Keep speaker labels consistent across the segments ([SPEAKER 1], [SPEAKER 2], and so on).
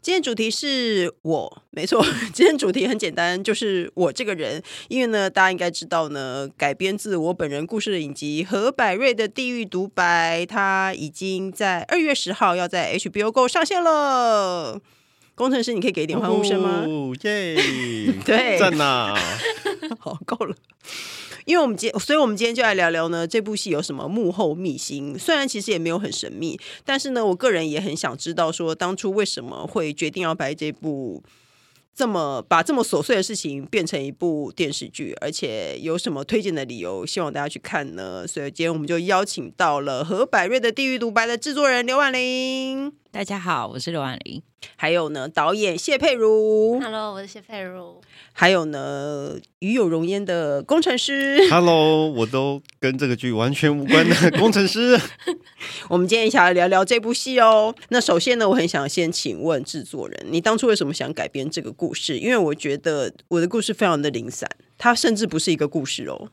[SPEAKER 1] 今天主题是我，没错， 今天主题很简单，就是我这个人。因为呢，大家应该知道呢，改编自我本人故事的影集何百瑞的《地狱独白》，它已经在二月十号要在 HBO Go 上线了。工程师，你可以给一点欢呼声吗？！
[SPEAKER 2] 哦耶
[SPEAKER 1] 对
[SPEAKER 2] 赞啊呐！
[SPEAKER 1] 好，够了。因为我们今，所以我们今天就来聊聊呢，这部戏有什么幕后秘辛。虽然其实也没有很神秘，但是呢，我个人也很想知道，说当初为什么会决定要拍这部这么把这么琐碎的事情变成一部电视剧，而且有什么推荐的理由，希望大家去看呢？所以今天我们就邀请到了何百瑞的《地狱独白》的制作人刘婉玲，
[SPEAKER 3] 大家好，我是刘婉玲。
[SPEAKER 1] 还有呢导演谢佩茹，
[SPEAKER 4] Hello，我是谢佩如。
[SPEAKER 1] 还有呢与有容焉的工程师。
[SPEAKER 2] Hello，我都跟这个剧完全无 关的工程师，
[SPEAKER 1] 我们今天一起来聊聊这部戏哦。那首先呢，我很想先请问制作人，你当初为什么想改编这个故事？因为我觉得我的故事非常的零散，它甚至不是一个故事哦。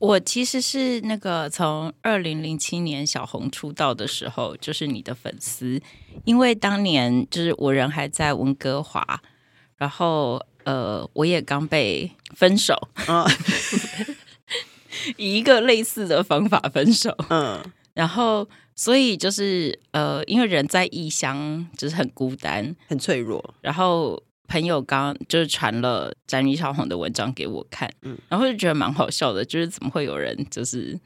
[SPEAKER 3] 我其实是那个从二零零七年小红出道的时候，就是你的粉丝，因为当年就是我人还在温哥华，然后呃，我也刚被分手，
[SPEAKER 1] 啊，
[SPEAKER 3] 以一个类似的方法分手，
[SPEAKER 1] 嗯
[SPEAKER 3] 然后所以就是呃，因为人在异乡就是很孤单，
[SPEAKER 1] 很脆弱，
[SPEAKER 3] 然后朋友刚就是传了詹妮小红的文章给我看，
[SPEAKER 1] 嗯
[SPEAKER 3] 然后就觉得蛮好笑的，就是怎么会有人就是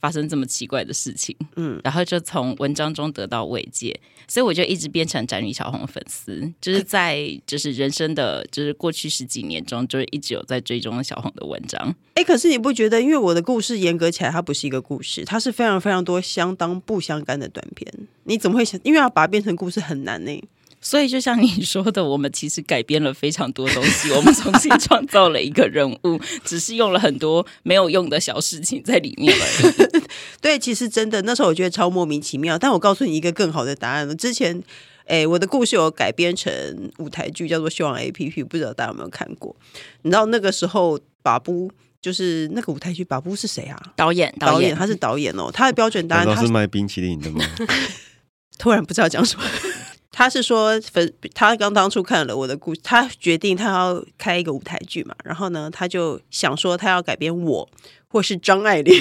[SPEAKER 3] 发生这么奇怪的事情，
[SPEAKER 1] 嗯，
[SPEAKER 3] 然后就从文章中得到慰藉，所以我就一直变成詹妮小红的粉丝，就是在就是人生的就是过去十几年中，就是一直有在追踪小红的文章，
[SPEAKER 1] 哎，可是你不觉得，因为我的故事严格起来，它不是一个故事，它是非常非常多相当不相干的短片。你怎么会想，因为要把它变成故事很难呢？
[SPEAKER 3] 所以就像你说的，我们其实改编了非常多东西，我们重新创造了一个人物，只是用了很多没有用的小事情在里面而已。
[SPEAKER 1] 对，其实真的那时候我觉得超莫名其妙，但我告诉你一个更好的答案了。之前，诶，我的故事有改编成舞台剧，叫做《秀王 A P P》，不知道大家有没有看过？你知道那个时候，把布就是那个舞台剧，把布是谁啊？
[SPEAKER 3] 导演，
[SPEAKER 1] 导
[SPEAKER 3] 导演，
[SPEAKER 1] 他是导演哦，他的标准答
[SPEAKER 2] 难
[SPEAKER 1] 案，
[SPEAKER 2] 道
[SPEAKER 1] 他
[SPEAKER 2] 是卖冰淇 淋的吗？
[SPEAKER 1] 突然不知道讲什么。 他是说粉，他刚当初看了我的故事，他决定他要开一个舞台剧嘛，然后呢，他就想说他要改编我，或是张爱玲，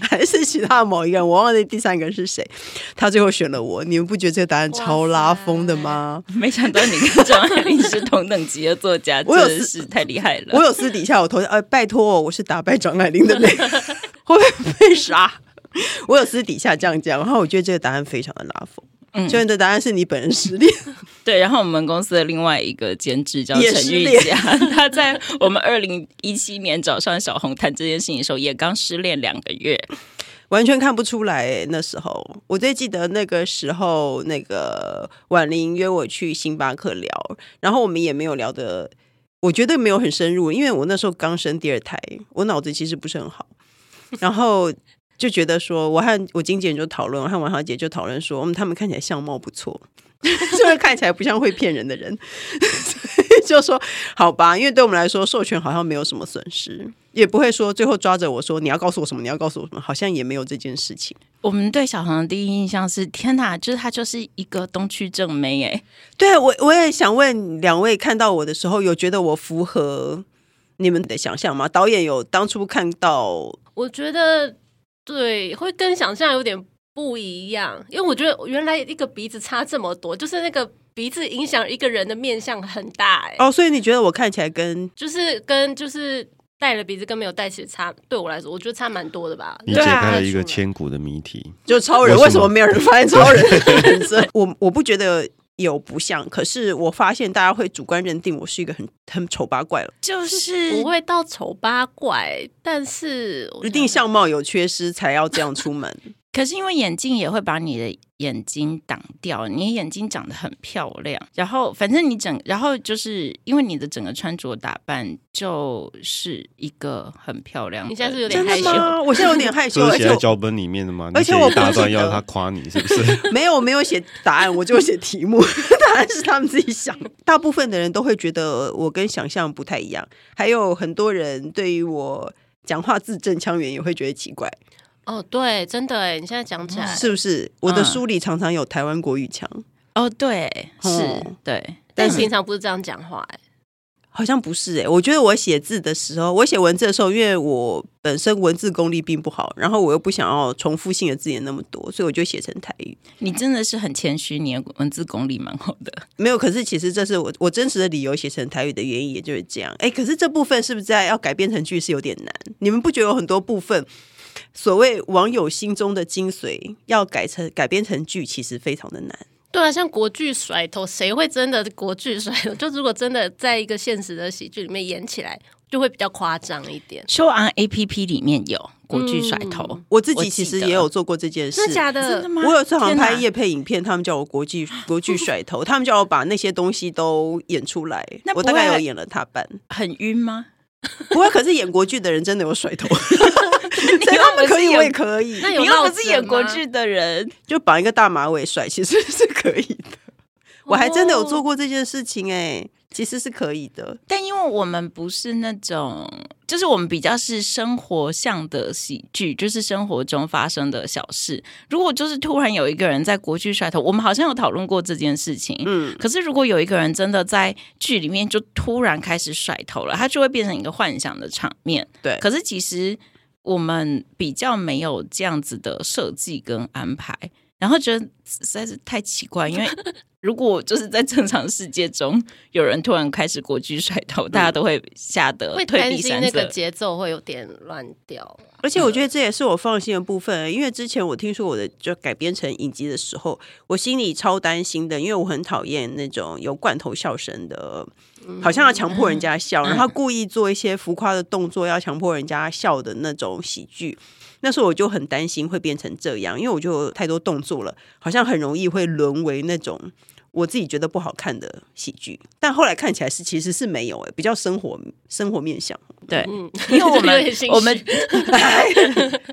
[SPEAKER 1] 还是其他的某一个人，我忘了第三个人是谁。他最后选了我，你们不觉得这个答案超拉风的吗？
[SPEAKER 3] 没想到你跟张爱玲是同等级的作家，
[SPEAKER 1] 我有
[SPEAKER 3] 真的是太厉害了。
[SPEAKER 1] 我有私底下我投呃，拜托哦、我是打败张爱玲 的那个，会不会被杀？我有私底下这样讲，然后我觉得这个答案非常的拉风。
[SPEAKER 3] 嗯
[SPEAKER 1] 虽然这答案是你本人实力，
[SPEAKER 3] 对，然后我们公司的另外一个监制叫
[SPEAKER 1] 也
[SPEAKER 3] 陈
[SPEAKER 1] 是
[SPEAKER 3] 玉
[SPEAKER 1] 恋
[SPEAKER 3] 佳， 他在我们二零一七年找上小红谈这件事情的时候，也刚失恋两个月。
[SPEAKER 1] 完全看不出来、欸。那时候，我最记得那个时候，那个婉玲约我去星巴克聊，然后我们也没有聊的，我觉得没有很深入，因为我那时候刚生第二胎，我脑子其实不是很好，然后。就觉得说，我和我经纪人就讨论，我和王小姐就讨论说，嗯，他们看起来相貌不错， 就是看起来不像会骗人的人， 所以就说好吧，因为对我们来说，授权好像没有什么损失，也不会说最后抓着我说你要告诉我什么，你要告诉我什么，好像也没有这件事情。
[SPEAKER 3] 我们对小红的第一印象是：天哪，就是她就是一个东区正妹哎，
[SPEAKER 1] 对我，我也想问两位，看到我的时候，有觉得我符合你们的想象吗？导演有当初看到，
[SPEAKER 4] 我觉得对，会跟想象有点不一样，因为我觉得原来一个鼻子差这么多，就是那个鼻子影响一个人的面相很大、欸，
[SPEAKER 1] 哦，所以你觉得我看起来跟
[SPEAKER 4] 就是跟就是戴了鼻子跟没有戴其实差，对我来说，我觉得差蛮多的吧。啊
[SPEAKER 2] 你解开
[SPEAKER 1] 啊
[SPEAKER 2] 了一个千古的谜题。
[SPEAKER 1] 就超人，为
[SPEAKER 2] 为
[SPEAKER 1] 什
[SPEAKER 2] 什么
[SPEAKER 1] 么没有人发现超人的人生？ 我我不觉得有不像，可是我发现大家会主观认定我是一个很很丑八怪了，
[SPEAKER 3] 就是
[SPEAKER 4] 不会到丑八怪，但是我
[SPEAKER 1] 一定
[SPEAKER 4] 想
[SPEAKER 1] 相貌有缺失才要这样出门。
[SPEAKER 3] 可是因为眼镜也会把你的眼睛挡掉，你的眼睛长得很漂亮，然后反正你整，然后就是因为你的整个穿着打扮就是一个很漂亮的。
[SPEAKER 4] 你现在是有点
[SPEAKER 1] 真的
[SPEAKER 4] 害羞
[SPEAKER 1] 吗？我现在有点 害羞，
[SPEAKER 2] 这
[SPEAKER 1] 而
[SPEAKER 2] 是写
[SPEAKER 1] 且
[SPEAKER 2] 在
[SPEAKER 1] 我
[SPEAKER 2] 脚本里面的吗？
[SPEAKER 1] 而且我
[SPEAKER 2] 你写一大段
[SPEAKER 1] 不记得
[SPEAKER 2] 要他夸你，是不 是？
[SPEAKER 1] 没有我没有写答案，我就写题目， 答案是他们自己想。大部分的人都会觉得我跟想象不太一样，还有很多人对于我讲话字正腔圆也会觉得奇怪，
[SPEAKER 4] 哦，对，真的哎，你现在讲起来，
[SPEAKER 1] 是不是？我的
[SPEAKER 3] 嗯
[SPEAKER 1] 书里常常有台湾国语腔，
[SPEAKER 3] 哦，对，是
[SPEAKER 1] 哦，
[SPEAKER 3] 对，
[SPEAKER 4] 但
[SPEAKER 1] 是
[SPEAKER 4] 平常不是这样讲话哎。
[SPEAKER 1] 好像不是诶、欸我觉得我写字的时候，我写文字的时候，因为我本身文字功力并不好，然后我又不想要重复性的字眼那么多，所以我就写成台语。
[SPEAKER 3] 你真的是很谦虚，你的文字功力蛮好的。
[SPEAKER 1] 没有，可是其实这是我我真实的理由写成台语的原因，也就是这样。哎，可是这部分是不是在要改编成句是有点难？你们不觉得有很多部分所谓网友心中的精髓要改成改编成句，其实非常的难？
[SPEAKER 4] 对啊，像国剧甩头，谁会真的国剧甩头？ 就如果真的在一个现实的喜剧里面演起来，就会比较夸张一点。
[SPEAKER 3] 秀昂 A P P 里面有国剧甩头，
[SPEAKER 1] 我自
[SPEAKER 3] 我
[SPEAKER 1] 己
[SPEAKER 3] 记
[SPEAKER 1] 其
[SPEAKER 3] 得
[SPEAKER 1] 实也有做过这件事，
[SPEAKER 4] 真的假的？
[SPEAKER 3] 真的吗？
[SPEAKER 1] 我有次好像
[SPEAKER 3] 嗯天哪
[SPEAKER 1] 拍夜配影片，他们叫我国 际国际甩头，他们叫我把那些东西都演出来
[SPEAKER 3] 那。
[SPEAKER 1] 我
[SPEAKER 3] 不
[SPEAKER 1] 大
[SPEAKER 3] 会
[SPEAKER 1] 概有演了大半，
[SPEAKER 3] 很晕吗？
[SPEAKER 1] 不过可是演国剧的人真的有甩 头， 所以他们可以，我也可以，
[SPEAKER 4] 那有
[SPEAKER 3] 你又不是
[SPEAKER 4] 落枕
[SPEAKER 3] 演
[SPEAKER 4] 吗
[SPEAKER 3] 国剧的人，
[SPEAKER 1] 就绑一个大马尾甩，其实 是可以的。我还真的有做过这件事情哎、其实是可以的。
[SPEAKER 3] 但因为我们不是那种，就是我们比较是生活向的喜剧，就是生活中发生的小事。如果就是突然有一个人在国剧甩头，我们好像有讨论过这件事情。
[SPEAKER 1] 嗯，
[SPEAKER 3] 可是如果有一个人真的在剧里面就突然开始甩头了，他就会变成一个幻想的场面。
[SPEAKER 1] 对
[SPEAKER 3] 可是其实我们比较没有这样子的设计跟安排，然后觉得实在是太奇怪， 因为如果就是在正常世界中有人突然开始国剧甩头，大家都会吓得
[SPEAKER 4] 嗯会
[SPEAKER 3] 退
[SPEAKER 4] 担
[SPEAKER 3] 避
[SPEAKER 4] 心
[SPEAKER 3] 三
[SPEAKER 4] 那个
[SPEAKER 3] 舍。
[SPEAKER 4] 节奏会有点乱掉。
[SPEAKER 1] 而
[SPEAKER 3] 嗯
[SPEAKER 1] 且我觉得这也是我放心的部分，因为之前我听说我的就改编成影集的时候，我心里超担心的，因为我很讨厌那种有罐头笑声的，
[SPEAKER 3] 嗯
[SPEAKER 1] 好像要强迫人家笑，然后故意做一些浮夸的动作要强迫人家笑的那种喜剧。那时候我就很担心会变成这样，因为我就有太多动作了，好像很容易会沦为那种我自己觉得不好看的喜剧。但后来看起来是其实是没有、诶，欸比较生活生活面向，
[SPEAKER 3] 对，
[SPEAKER 4] 嗯，
[SPEAKER 3] 因为我
[SPEAKER 4] 有
[SPEAKER 3] 们
[SPEAKER 4] 点心虚
[SPEAKER 3] 我们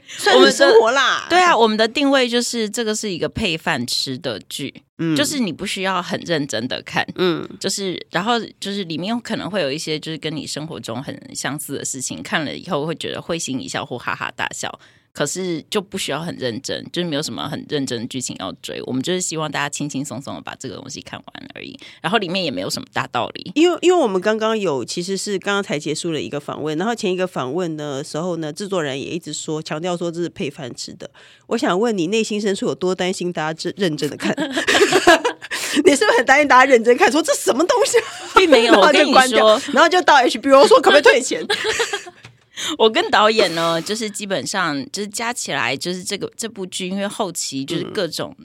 [SPEAKER 1] 算
[SPEAKER 3] 我
[SPEAKER 1] 是
[SPEAKER 3] 们
[SPEAKER 1] 生
[SPEAKER 3] 的
[SPEAKER 1] 活啦，
[SPEAKER 3] 对啊，我们的定位就是这个是一个配饭吃的剧，
[SPEAKER 1] 嗯，
[SPEAKER 3] 就是你不需要很认真的看，
[SPEAKER 1] 嗯。
[SPEAKER 3] 就是，然后就是里面可能会有一些就是跟你生活中很相似的事情，看了以后会觉得会心一笑或哈哈大笑，可是就不需要很认真，就是没有什么很认真的剧情要追，我们就是希望大家轻轻松松的把这个东西看完而已，然后里面也没有什么大道 理。
[SPEAKER 1] 因为因为我们刚刚有其实是刚刚才结束了一个访问，然后前一个访问的时候呢，制作人也一直说强调说这是配饭吃的。我想问你内心深处有多担心大家真认真的 看？ 你是不是很担心大家认真看？说这什么东西啊？
[SPEAKER 3] 并没有
[SPEAKER 1] 然后
[SPEAKER 3] 哎我跟
[SPEAKER 1] 就
[SPEAKER 3] 你
[SPEAKER 1] 关掉
[SPEAKER 3] 说，
[SPEAKER 1] 然后就到 HBO 说可不可以退 钱？
[SPEAKER 3] 我跟导演呢，就是基本上就是加起来，就是这个这部剧，因为后期就是
[SPEAKER 1] 嗯
[SPEAKER 3] 各种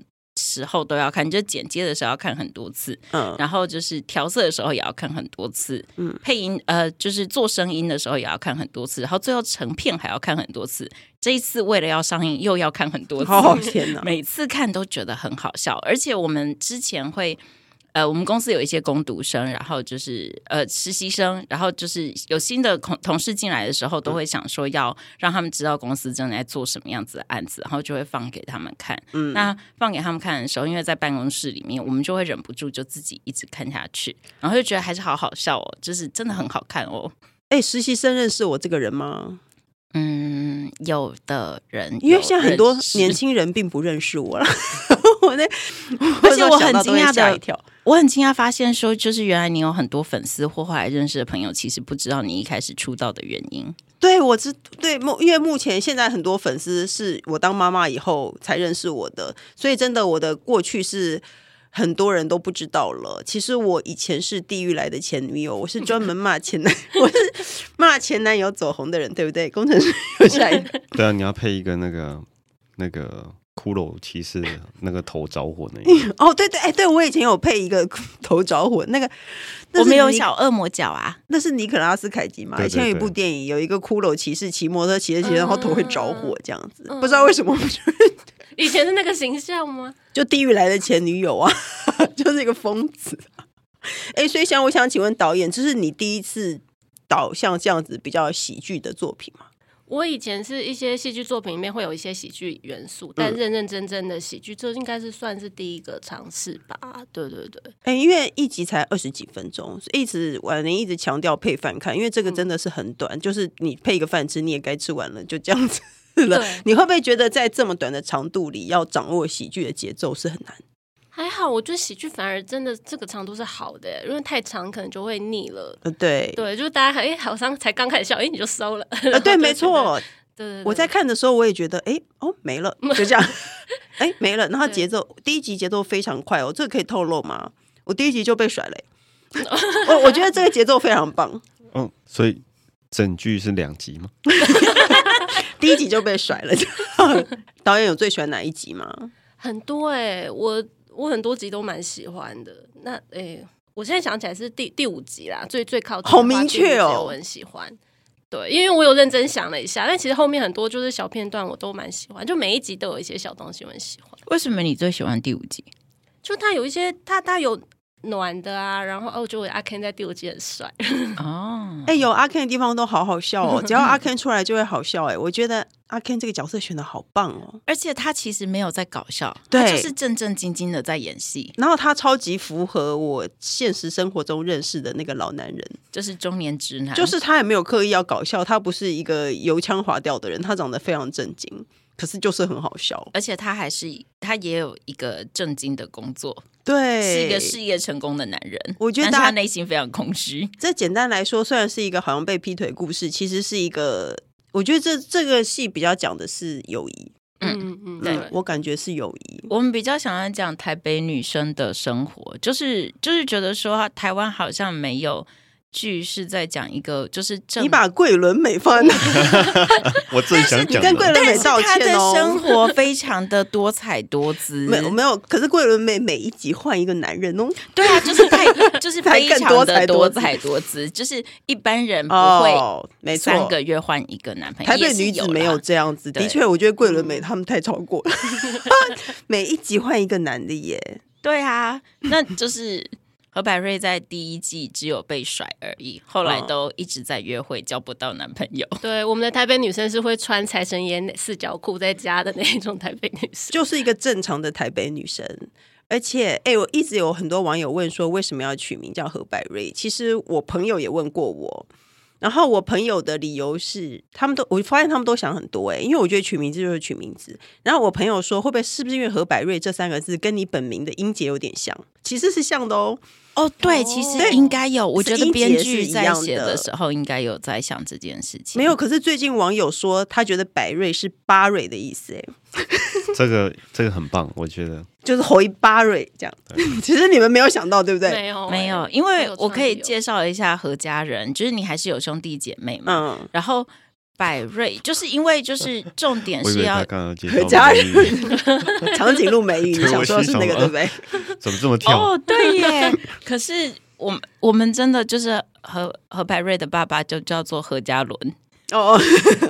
[SPEAKER 3] 时候都要看，就剪接的时候要看很多次，
[SPEAKER 1] 嗯，
[SPEAKER 3] 然后就是调色的时候也要看很多次，
[SPEAKER 1] 嗯
[SPEAKER 3] 配音呃就是做声音的时候也要看很多次，然后最后成片还要看很多次。这一次为了要上映，又要看很多次，
[SPEAKER 1] 哦天哪！
[SPEAKER 3] 每次看都觉得很好笑，而且我们之前会。呃，我们公司有一些工读生，然后就是呃实习生，然后就是有新的同同事进来的时候，
[SPEAKER 1] 嗯
[SPEAKER 3] 都会想说要让他们知道公司正在做什么样子的案子，然后就会放给他们看。
[SPEAKER 1] 嗯
[SPEAKER 3] 那放给他们看的时候，因为在办公室里面，我们就会忍不住就自己一直看下去，然后就觉得还是好好笑哦，就是真的很好看哦。
[SPEAKER 1] 哎，实习生认识我这个人吗？
[SPEAKER 3] 嗯，有的人
[SPEAKER 1] 因为现在很多
[SPEAKER 3] 有认识
[SPEAKER 1] 年轻人并不认识我了。 我那，
[SPEAKER 3] 而且我
[SPEAKER 1] 想
[SPEAKER 3] 很
[SPEAKER 1] 到都会
[SPEAKER 3] 惊讶的
[SPEAKER 1] 吓一跳。
[SPEAKER 3] 我很惊讶发现说，就是原来你有很多粉丝或后来认识的朋友，其实不知道你一开始出道的原因。
[SPEAKER 1] 对，我知对目，因为目前现在很多粉丝是我当妈妈以后才认识我的，所以真的我的过去是很多人都不知道了。其实我以前是地狱来的前女友，我是专门骂前男， 我是骂前男友走红的人，对不对？工程师有下一个
[SPEAKER 2] 对啊，你要配一个那个那个骷髅骑士的那个头着火那一个，
[SPEAKER 1] 哦，对对，哎，对我以前有配一个 头着火，那个那
[SPEAKER 3] 我
[SPEAKER 1] 是
[SPEAKER 3] 们有
[SPEAKER 1] 尼
[SPEAKER 3] 小恶魔角啊，
[SPEAKER 1] 那是尼可拉斯凯奇嘛？
[SPEAKER 2] 对
[SPEAKER 1] 以前有一
[SPEAKER 2] 对
[SPEAKER 1] 部
[SPEAKER 2] 对
[SPEAKER 1] 电
[SPEAKER 3] 嗯
[SPEAKER 1] 影，有一个骷髅骑士骑摩托车骑着骑着，然后头会着火这样子，不知道为什么我们就
[SPEAKER 4] 以前是那个形象吗？
[SPEAKER 1] 就地狱来的前女友啊， 就是一个疯子、啊。哎，所以想我想请问导演，这是你第一次导像这样子比较喜剧的作品吗？
[SPEAKER 4] 我以前是一些戏剧作品里面会有一些喜剧元
[SPEAKER 3] 嗯
[SPEAKER 4] 素，但认认真真的喜剧，这应该是算是第一个尝试吧。对对对，
[SPEAKER 1] 哎，因为一集才二十几分钟，所以一直婉玲一直强调配饭看，因为这个真的是很短，就是你配一个饭吃，你也该吃完了，就这样子了
[SPEAKER 4] 对。
[SPEAKER 1] 你会不会觉得在这么短的长度里，要掌握喜剧的节奏是很难？
[SPEAKER 4] 还好，我觉得喜剧反而真的这个长度是好的，因为太长可能就会腻了。
[SPEAKER 1] 呃，对，
[SPEAKER 4] 对，就是大家哎、好像才刚开始笑，哎、你就收了。
[SPEAKER 1] 呃，对，没错，
[SPEAKER 4] 对对对，
[SPEAKER 1] 我在看的时候，我也觉得，哎，哦，没 了，就这样，哎，没了。然后节奏，第一集节奏非常快哦，这个可以透露吗？我第一集就被甩 了欸、我我觉得这个节奏非常棒，
[SPEAKER 2] 嗯，所以整剧是两集吗？
[SPEAKER 1] 第一集就被甩了。 这样导演有最喜欢哪一集吗？
[SPEAKER 4] 很多哎、我我很多集都蛮喜欢的。那哎、我现在想起来是第第五集啦，最最靠近的话
[SPEAKER 1] 好明确哦
[SPEAKER 4] 第五集我很喜欢。对，因为我有认真想了一下，但其实后面很多就是小片段我都蛮喜欢，就每一集都有一些小东西我很喜欢。
[SPEAKER 3] 为什么你最喜欢第五集？
[SPEAKER 4] 就它有一些，它它有暖的啊，然后哦，我觉得阿 Ken 在第五集很帅，嗯
[SPEAKER 3] 哦，
[SPEAKER 1] 哎、有阿 Ken 的地方都好好笑 哦，只要阿 Ken 出来就会好笑哎、我觉得阿 Ken 这个角色选的好棒哦，
[SPEAKER 3] 而且他其实没有在搞笑，
[SPEAKER 1] 对
[SPEAKER 3] 他就是正正经经的在演戏，
[SPEAKER 1] 然后他超级符合我现实生活中认识的那个老男人。
[SPEAKER 3] 就是中年直男，
[SPEAKER 1] 就是他也没有刻意要搞笑，他不是一个油腔滑调的人，他长得非常正经，可是就是很好笑。
[SPEAKER 3] 而且他还是他也有一个正经的工作，
[SPEAKER 1] 对，
[SPEAKER 3] 是一个事业成功的男人。
[SPEAKER 1] 我觉得
[SPEAKER 3] 但是
[SPEAKER 1] 大
[SPEAKER 3] 他
[SPEAKER 1] 家
[SPEAKER 3] 内心非常空虚。
[SPEAKER 1] 这简单来说，虽然是一个好像被劈腿故事，其实是一个，我觉得这这个戏比较讲的是友谊，
[SPEAKER 3] 嗯
[SPEAKER 4] 嗯嗯，
[SPEAKER 1] 嗯我感觉是友谊。
[SPEAKER 3] 我们比较想要讲台北女生的生活，就是就是觉得说台湾好像没有剧是在讲一个就是正
[SPEAKER 1] 你把桂纶镁放在哪？
[SPEAKER 2] 我正想
[SPEAKER 1] 你
[SPEAKER 2] 讲
[SPEAKER 1] 跟桂
[SPEAKER 2] 的，
[SPEAKER 1] 纶镁
[SPEAKER 3] 但是
[SPEAKER 1] 道
[SPEAKER 3] 他的
[SPEAKER 1] 歉
[SPEAKER 3] 生
[SPEAKER 1] 哦。
[SPEAKER 3] 活非常的多彩多姿，
[SPEAKER 1] 没有没有，可是桂纶镁每一集换一个男人哦，
[SPEAKER 3] 对啊，就是太就是 非
[SPEAKER 1] 才更
[SPEAKER 3] 常
[SPEAKER 1] 多
[SPEAKER 3] 的
[SPEAKER 1] 彩
[SPEAKER 3] 多
[SPEAKER 1] 多姿
[SPEAKER 3] 彩多姿，就是一般人不会
[SPEAKER 1] 哦，没错，
[SPEAKER 3] 三个月换一个男朋友。
[SPEAKER 1] 台北
[SPEAKER 3] 也是
[SPEAKER 1] 女子没有
[SPEAKER 3] 啦
[SPEAKER 1] 这样子，的
[SPEAKER 3] 对嗯
[SPEAKER 1] 确，我觉得桂纶镁他们太超过 了， 每一集换一个男的耶。
[SPEAKER 3] 对啊，那就是何百瑞在第一季只有被甩而已，后来
[SPEAKER 1] 嗯
[SPEAKER 3] 都一直在约会，交不到男朋友。
[SPEAKER 4] 对，我们的台北女生是会穿财神爷四角裤在家的那一种台北女生。
[SPEAKER 1] 就是一个正常的台北女生。而且，哎、我一直有很多网友问说，为什么要取名叫何百瑞？其实我朋友也问过我，然后我朋友的理由是，他们都我发现他们都想很多、哎，因为我觉得取名字就是取名字。然后我朋友说，会不会是不是因为何百瑞这三个字跟你本名的音节有点像？其实是像的哦。
[SPEAKER 3] 哦，对，其实应该有，我
[SPEAKER 1] 是
[SPEAKER 3] 觉得
[SPEAKER 1] 音
[SPEAKER 3] 编
[SPEAKER 1] 节
[SPEAKER 3] 剧
[SPEAKER 1] 是一
[SPEAKER 3] 在
[SPEAKER 1] 样
[SPEAKER 3] 写
[SPEAKER 1] 的
[SPEAKER 3] 的时候应该有在想这件事情。
[SPEAKER 1] 没有，可是最近网友说，他觉得百瑞是巴瑞的意思、哎。
[SPEAKER 2] 这个这个很棒，我觉得
[SPEAKER 1] 就是侯一巴瑞这样。 其实你们没有想到，对不对？
[SPEAKER 4] 没有哦
[SPEAKER 3] 没有，因为我可以介绍一下何家人，就是你还是有兄弟姐妹嘛。
[SPEAKER 1] 嗯，
[SPEAKER 3] 然后百瑞，就是因为就是重点
[SPEAKER 2] 我以
[SPEAKER 3] 是
[SPEAKER 2] 为
[SPEAKER 3] 要
[SPEAKER 2] 他刚刚介绍
[SPEAKER 1] 家
[SPEAKER 2] 我的英语
[SPEAKER 1] 长颈鹿美语，你
[SPEAKER 2] 对
[SPEAKER 1] 想
[SPEAKER 2] 我
[SPEAKER 1] 说的是
[SPEAKER 2] 欣赏
[SPEAKER 1] 那个对
[SPEAKER 2] 了
[SPEAKER 1] 不对？
[SPEAKER 2] 怎么这 么跳？
[SPEAKER 3] 哦，对耶。可是我们我们真的就是何何百瑞的爸爸就叫做何家伦，
[SPEAKER 1] 哦，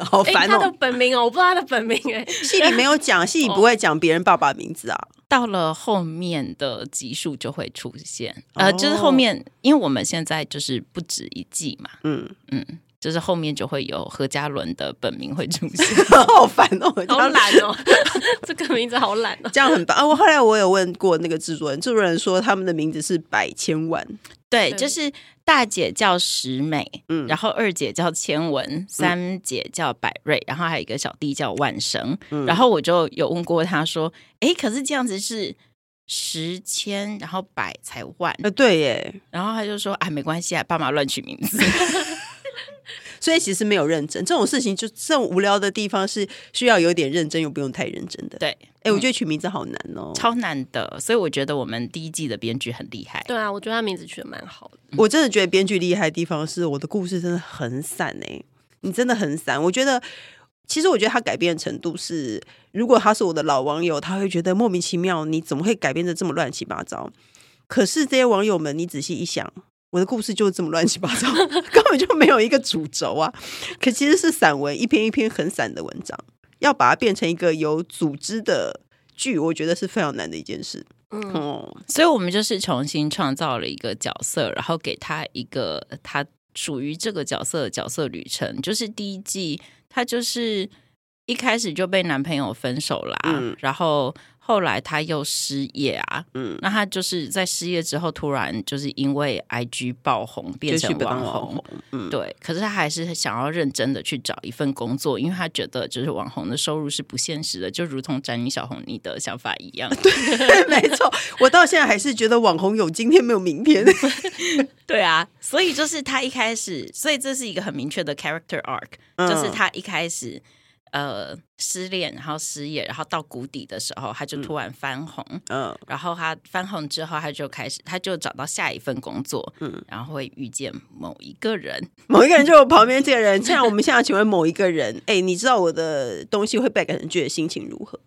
[SPEAKER 1] 好
[SPEAKER 4] 哎、
[SPEAKER 1] 烦
[SPEAKER 4] 她的哦
[SPEAKER 1] 哦！
[SPEAKER 4] 本名哦，我不知道她的本名哎、
[SPEAKER 1] 戏里没有讲，戏里不会讲别人爸爸名字啊。
[SPEAKER 3] 到了后面的集数就会出现，呃，
[SPEAKER 1] 哦
[SPEAKER 3] 就是后面，因为我们现在就是不止一季嘛，
[SPEAKER 1] 嗯，
[SPEAKER 3] 就是后面就会有何嘉伦的本名会出现。
[SPEAKER 1] 好烦哦，
[SPEAKER 4] 好懒 哦，这个名字好懒哦。
[SPEAKER 1] 这样很棒啊！我后来我有问过那个制作人，制作人说他们的名字是百千万，
[SPEAKER 3] 对，
[SPEAKER 4] 对
[SPEAKER 3] 就是大姐叫石美，
[SPEAKER 1] 嗯
[SPEAKER 3] 然后二姐叫千文，三姐叫百瑞，然后还有一个小弟叫万生。
[SPEAKER 1] 嗯
[SPEAKER 3] 然后我就有问过他说：“诶，可是这样子是十千，然后百才万。
[SPEAKER 1] 呃，对耶，”
[SPEAKER 3] 然后他就说：“啊，没关系啊，爸妈乱取名字。”
[SPEAKER 1] 所以其实没有认真这种事情就，这种无聊的地方是需要有点认真，又不用太认真的。
[SPEAKER 3] 对，
[SPEAKER 1] 哎，我觉得取名字好难哦，
[SPEAKER 3] 超难的，所以我觉得我们第一季的编剧很厉害。
[SPEAKER 4] 对啊，我觉得她名字取得蛮好的。
[SPEAKER 1] 我真的觉得编剧厉害的地方是，我的故事真的很散哎、你真的很散。我觉得，其实我觉得他改变的程度是，如果他是我的老网友，他会觉得莫名其妙，你怎么会改变的这么乱七八糟？可是这些网友们，你仔细一想，我的故事就是这么乱七八糟， 根本就没有一个主轴啊。可其实是散文，一篇一篇很散的文章，要把它变成一个有组织的剧，我觉得是非常难的一件事。
[SPEAKER 4] 嗯，
[SPEAKER 1] 哦，
[SPEAKER 3] 所以我们就是重新创造了一个角色，然后给他一个他属于这个角色的角色旅程。就是第一季，他就是一开始就被男朋友分手啦，
[SPEAKER 1] 嗯
[SPEAKER 3] 然后后来他又失业啊，
[SPEAKER 1] 嗯，
[SPEAKER 3] 那他就是在失业之后，突然就是因为 IG 爆红变
[SPEAKER 1] 就去
[SPEAKER 3] 成
[SPEAKER 1] 当
[SPEAKER 3] 网
[SPEAKER 1] 网
[SPEAKER 3] 红
[SPEAKER 1] 红，，嗯，
[SPEAKER 3] 对，可是他还是想要认真的去找一份工作，因为他觉得就是网红的收入是不现实的，就如同詹妮小红你的想法一 样。对
[SPEAKER 1] 没错，我到现在还是觉得网红有今天没有明 天。
[SPEAKER 3] 对啊，所以就是他一开始，所以这是一个很明确的 character arc，、
[SPEAKER 1] 嗯
[SPEAKER 3] 就是他一开始呃失恋，然后失业，然后到谷底的时候，他就突然翻红，
[SPEAKER 1] 嗯
[SPEAKER 3] 然后他翻红之后，他就开始他就找到下一份工作，
[SPEAKER 1] 嗯，
[SPEAKER 3] 然后会遇见某一个人，
[SPEAKER 1] 某一个人就我旁边这个人，现在我们现在请问某一个人， 哎、你知道我的东西会被改成剧的心情如何？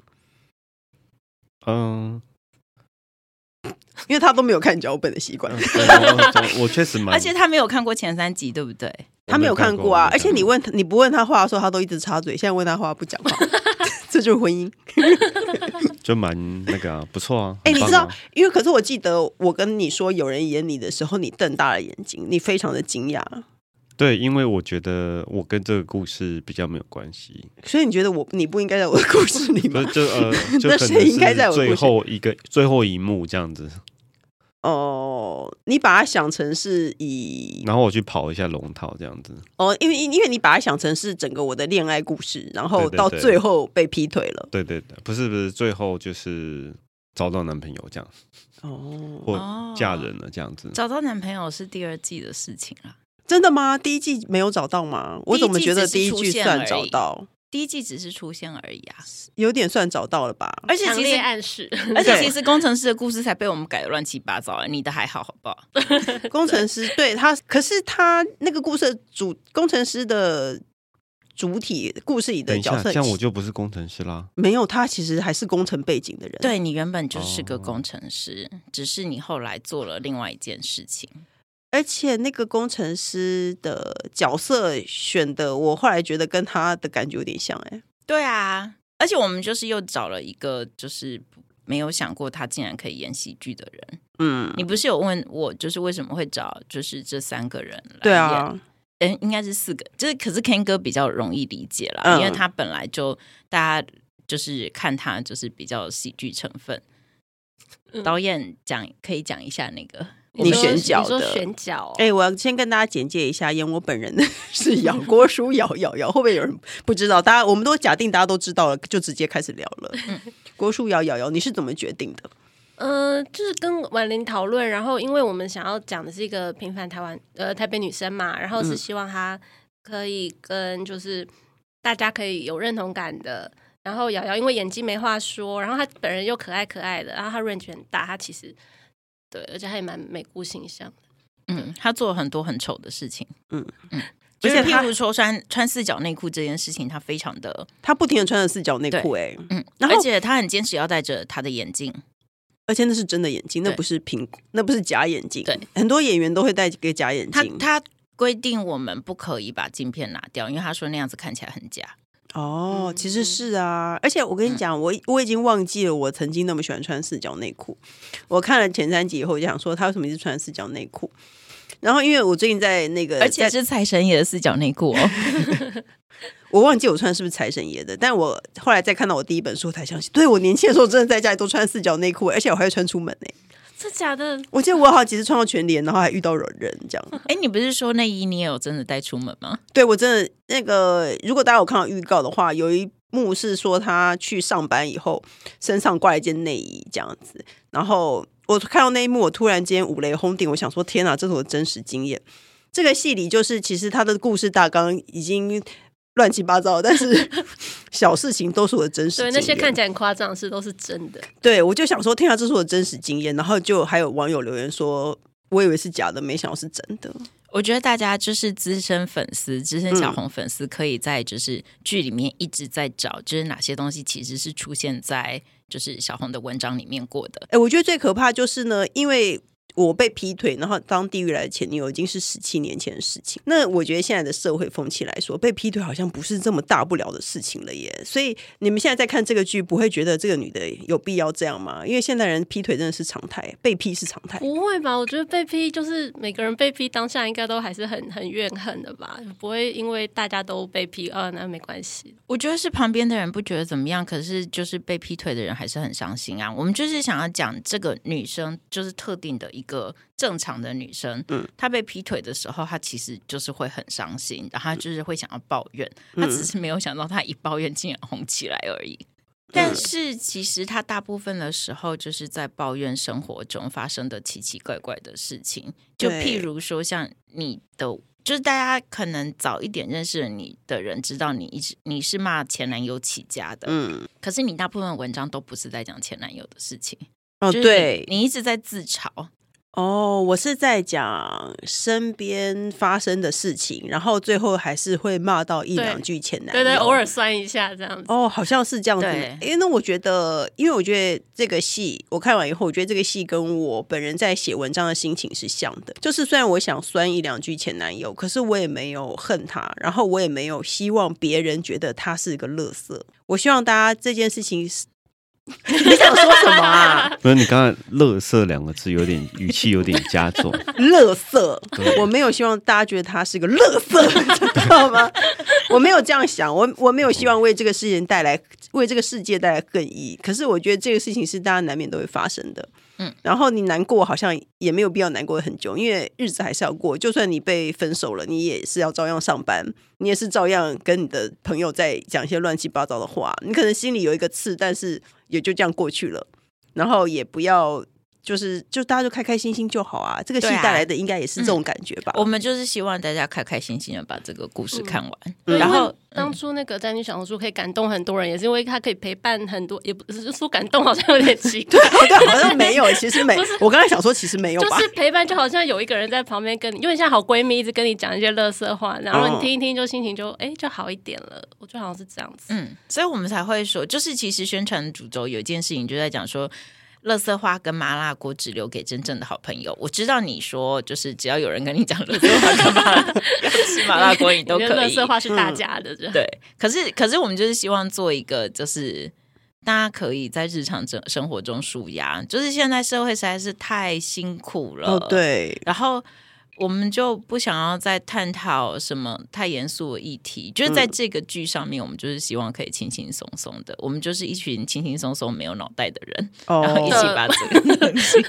[SPEAKER 2] 嗯，
[SPEAKER 1] 因为他都没有看脚本的习惯
[SPEAKER 2] 嗯，对我我确实蛮，嗯
[SPEAKER 3] 而且他没有看过前三集，对不对？
[SPEAKER 1] 他没有看过啊。而且你
[SPEAKER 2] 问。
[SPEAKER 1] 问他，你不问他话的时候，他都一直插嘴。现在问他话不讲话， 这就是婚姻。
[SPEAKER 2] 就蛮那个啊，不错啊。
[SPEAKER 1] 哎、你
[SPEAKER 2] 很
[SPEAKER 1] 知
[SPEAKER 2] 棒
[SPEAKER 1] 道
[SPEAKER 2] 啊，
[SPEAKER 1] 因为可是我记得我跟你说有人演你的时候，你瞪大了眼睛，你非常的惊讶，
[SPEAKER 2] 对，因为我觉得我跟这个故事比较没有关 系，
[SPEAKER 1] 所以你觉得我你不应该在我的故事里
[SPEAKER 2] 就
[SPEAKER 1] 吗？
[SPEAKER 2] 就呃，就
[SPEAKER 1] 那
[SPEAKER 2] 可
[SPEAKER 1] 谁
[SPEAKER 2] 能
[SPEAKER 1] 应该
[SPEAKER 2] 是
[SPEAKER 1] 在我的
[SPEAKER 2] 最
[SPEAKER 1] 故事
[SPEAKER 2] 后一个最后一幕这样子，
[SPEAKER 1] 哦，你把它想成是以
[SPEAKER 2] 然后我去跑一下龙套这样子，
[SPEAKER 1] 哦，因为因为你把它想成是整个我的恋爱故事，然后
[SPEAKER 2] 对对
[SPEAKER 1] 到
[SPEAKER 2] 对
[SPEAKER 1] 最后被劈腿了。
[SPEAKER 2] 对对对，不是不是，最后就是找到男朋友这样，
[SPEAKER 1] 哦，
[SPEAKER 2] 或
[SPEAKER 3] 哦
[SPEAKER 2] 嫁人了这样子，
[SPEAKER 3] 找到男朋友是第二季的事情啊啦，
[SPEAKER 1] 真的吗？第一季没有找到吗？我怎么觉得
[SPEAKER 3] 第
[SPEAKER 1] 第
[SPEAKER 3] 一
[SPEAKER 1] 一季
[SPEAKER 3] 季只是出现而
[SPEAKER 1] 算找
[SPEAKER 3] 已
[SPEAKER 1] 到，
[SPEAKER 3] 第一季只是出现而已啊。
[SPEAKER 1] 有点算找到了吧？
[SPEAKER 3] 而且
[SPEAKER 4] 强
[SPEAKER 3] 其
[SPEAKER 4] 烈
[SPEAKER 3] 实，
[SPEAKER 4] 暗示，
[SPEAKER 3] 而且
[SPEAKER 1] 对
[SPEAKER 3] 其实工程师的故事才被我们改的乱七八糟、啊，你的还好，好不好？呃
[SPEAKER 1] 工程师对他，可是他那个故事的主工程师的主体故事里
[SPEAKER 2] 等
[SPEAKER 1] 的
[SPEAKER 2] 一
[SPEAKER 1] 角
[SPEAKER 2] 下，
[SPEAKER 1] 色
[SPEAKER 2] 这样我就不是工程师啦。
[SPEAKER 1] 没有他，其实还是工程背景的人。，
[SPEAKER 3] 对你原本就是个
[SPEAKER 2] 哦
[SPEAKER 3] 工程师，只是你后来做了另外一件事情。
[SPEAKER 1] 而且那个工程师的角色选的，我后来觉得跟他的感觉有点像、哎，
[SPEAKER 3] 对啊，而且我们就是又找了一个，就是没有想过他竟然可以演喜剧的人。
[SPEAKER 1] 嗯，
[SPEAKER 3] 你不是有问我，就是为什么会找就是这三个人来
[SPEAKER 1] 对
[SPEAKER 3] 演
[SPEAKER 1] 啊，
[SPEAKER 3] 嗯，应该是四个，就是可是 Ken 哥比较容易理解啦，
[SPEAKER 1] 嗯
[SPEAKER 3] 因为他本来就大家就是看他就是比较有喜剧成分。
[SPEAKER 4] 嗯
[SPEAKER 3] 导演讲可以讲一下那个，
[SPEAKER 1] 你
[SPEAKER 4] 说
[SPEAKER 1] 选角
[SPEAKER 4] 你说
[SPEAKER 1] 的
[SPEAKER 4] 选角哦，
[SPEAKER 1] 哎、我要先跟大家简介一下，演我本人的是姚郭书瑶瑶瑶，会不会有人不知道？大家我们都假定大家都知道了，就直接开始聊了。
[SPEAKER 3] 嗯
[SPEAKER 1] 郭书瑶瑶瑶，你是怎么决定的？
[SPEAKER 4] 呃，就是跟婉玲讨论，然后因为我们想要讲的是一个平凡台湾呃台北女生嘛，然后是
[SPEAKER 1] 嗯
[SPEAKER 4] 希望她可以跟就是大家可以有认同感的。然后瑶瑶因为演技没话说，然后她本人又可爱可爱的，然后她 range 很大，她其实对，而且她也蛮美姑形象。
[SPEAKER 3] 嗯，他做了很多很丑的事情，嗯
[SPEAKER 1] 嗯
[SPEAKER 3] 嗯，
[SPEAKER 1] 而且
[SPEAKER 3] 而且
[SPEAKER 1] 他
[SPEAKER 3] 譬如说穿穿四角内裤这件事情，他非常的
[SPEAKER 1] 她不停的穿着四角内裤、哎，
[SPEAKER 3] 嗯，
[SPEAKER 1] 然
[SPEAKER 3] 而
[SPEAKER 1] 后
[SPEAKER 3] 且他很坚持要戴着他的眼镜，
[SPEAKER 1] 而且那是真的眼镜，那
[SPEAKER 3] 对
[SPEAKER 1] 不是苹果，那不是假眼镜。
[SPEAKER 3] 对，
[SPEAKER 1] 很多演员都会戴一个假眼
[SPEAKER 3] 他
[SPEAKER 1] 镜。
[SPEAKER 3] 他规定我们不可以把镜片拿掉，因为他说那样子看起来很假。
[SPEAKER 1] 哦，其
[SPEAKER 3] 嗯
[SPEAKER 1] 实是啊，而且我跟你讲，我我已经忘记了我曾经那么喜欢穿四角内裤。我看了前三集以后，我就想说他为什么一直穿四角内裤。然后因为我最近在那个，
[SPEAKER 3] 而且
[SPEAKER 1] 在
[SPEAKER 3] 是财神爷的四角内裤哦，
[SPEAKER 1] 我忘记我穿是不是财神爷的，但我后来再看到我第一本书才相信，对我年轻的时候真的在家里都穿四角内裤，而且我还会穿出门呢、
[SPEAKER 4] 这假的？
[SPEAKER 1] 我记得我有好几次穿到全脸，然后还遇到人这样。
[SPEAKER 3] 哎，你不是说内衣你也有真的带出门吗？
[SPEAKER 1] 对我真的那个，如果大家有看到预告的话，有一幕是说他去上班以后，身上挂了一件内衣这样子，然后我看到那一幕，我突然间五雷轰顶，我想说天哪，这是我的真实经验。这个戏里就是，其实他的故事大纲已经乱七八糟，但是 小事情都是我的真实经
[SPEAKER 4] 对，
[SPEAKER 1] 验。
[SPEAKER 4] 那些看起来很夸张的事都是真的。
[SPEAKER 1] 对，我就想说，天啊，这是我的真实经验。然后就还有网友留言说，我以为是假的，没想到是真的。
[SPEAKER 3] 我觉得大家就是资深粉丝、资深小红粉丝，可以在就是剧里面一直在找，就是哪些东西其实是出现在就是小红的文章里面过的。
[SPEAKER 1] 哎，我觉得最可怕就是呢，因为我被劈腿，然后当地狱来的前女友已经是十七年前的事情。那我觉得现在的社会风气来说，被劈腿好像不是这么大不了的事情了耶。所以你们现在在看这个剧，不会觉得这个女的有必要这样吗？因为现代人劈腿真的是常态，被劈是常态。
[SPEAKER 4] 不会吧？我觉得被批就是每个人被批当下应该都还是很很怨恨的吧，不会因为大家都被批啊，那没关系。
[SPEAKER 3] 我觉得是旁边的人不觉得怎么样，可是就是被劈腿的人还是很伤心啊。我们就是想要讲这个女生，就是特定的一个正常的女生，
[SPEAKER 1] 嗯
[SPEAKER 3] 她被劈腿的时候，她其实就是会很伤心，然后她
[SPEAKER 1] 嗯
[SPEAKER 3] 就是会想要抱怨，她只是没有想到她一抱怨竟然红起来而已。
[SPEAKER 1] 嗯
[SPEAKER 3] 但是其实她大部分的时候就是在抱怨生活中发生的奇奇怪怪的事情，就
[SPEAKER 1] 对
[SPEAKER 3] 譬如说像你的就是大家可能早一点认识了你的人，知道你一直你是骂前男友起家的，
[SPEAKER 1] 嗯，
[SPEAKER 3] 可是你大部分文章都不是在讲前男友的事情，
[SPEAKER 1] 哦，
[SPEAKER 3] 就是
[SPEAKER 1] 对，
[SPEAKER 3] 你你一直在自嘲，
[SPEAKER 1] 哦，我是在讲身边发生的事情，然后最后还是会骂到一
[SPEAKER 4] 对
[SPEAKER 1] 两句前男友，
[SPEAKER 4] 对对，偶尔酸一下这样子。
[SPEAKER 1] 哦，好像是这样子。
[SPEAKER 3] 对
[SPEAKER 1] 因为那我觉得，因为我觉得这个戏我看完以后，我觉得这个戏跟我本人在写文章的心情是像的。就是虽然我想酸一两句前男友，可是我也没有恨他，然后我也没有希望别人觉得他是个垃圾。我希望大家这件事情是， 你想说什么啊？
[SPEAKER 2] 不是你刚才“乐色”两个字有点语气有点加 重，
[SPEAKER 1] 垃圾。
[SPEAKER 2] 对
[SPEAKER 1] 我没有希望大家觉得他是个垃圾， 知道吗？我没有这样想，我我没有希望为这个事情带来为这个世界带来更意。可是我觉得这个事情是大家难免都会发生的。
[SPEAKER 3] 嗯，
[SPEAKER 1] 然后你难过好像也没有必要难过很久，因为日子还是要过。就算你被分手了，你也是要照样上班，你也是照样跟你的朋友在讲一些乱七八糟的话。你可能心里有一个刺，但是也就这样过去了。然后也不要就是就大家就开开心心就好啊。这个戏
[SPEAKER 3] 对啊
[SPEAKER 1] 带来的应该也是这种感觉吧？
[SPEAKER 3] 我们就是希望大家开开心心的把这个故事看完，
[SPEAKER 4] 对
[SPEAKER 3] 然
[SPEAKER 4] 因
[SPEAKER 3] 后
[SPEAKER 4] 为。当初那个《宅女小红书》可以感动很多人，也是因为它可以陪伴很多，也不是说感动，好像有点奇 怪。
[SPEAKER 1] 好像好像没 有，其实没
[SPEAKER 4] 不是。
[SPEAKER 1] 我刚才想说，其实没有吧
[SPEAKER 4] 就？是陪伴，就好像有一个人在旁边跟你，因为像好闺蜜一直跟你讲一些乐色话，然后
[SPEAKER 1] 哦
[SPEAKER 4] 你听一听，就心情就哎、就好一点了。我觉得好像是这样 子。
[SPEAKER 3] 嗯，所以我们才会说，就是其实宣传主轴有一件事情就在讲说，乐色花跟麻辣锅只留给真正的好朋友。我知道你说，就是只要有人跟你讲乐色花跟麻辣 要吃麻辣锅，你都
[SPEAKER 4] 我觉得
[SPEAKER 3] 可
[SPEAKER 4] 乐
[SPEAKER 3] 以。
[SPEAKER 4] 色话是大家的，这样
[SPEAKER 3] 对，可是可是我们就是希望做一个，就是大家可以在日常生生活中舒压，就是现在社会实在是太辛苦了。
[SPEAKER 1] 哦，对，
[SPEAKER 3] 然后我们就不想要再探讨什么太严肃的议题，就是
[SPEAKER 1] 嗯
[SPEAKER 3] 在这个剧上面，我们就是希望可以轻轻松松的，我们就是一群轻轻松松没有脑袋的人，然后一
[SPEAKER 1] 哦
[SPEAKER 3] 起把这个东西。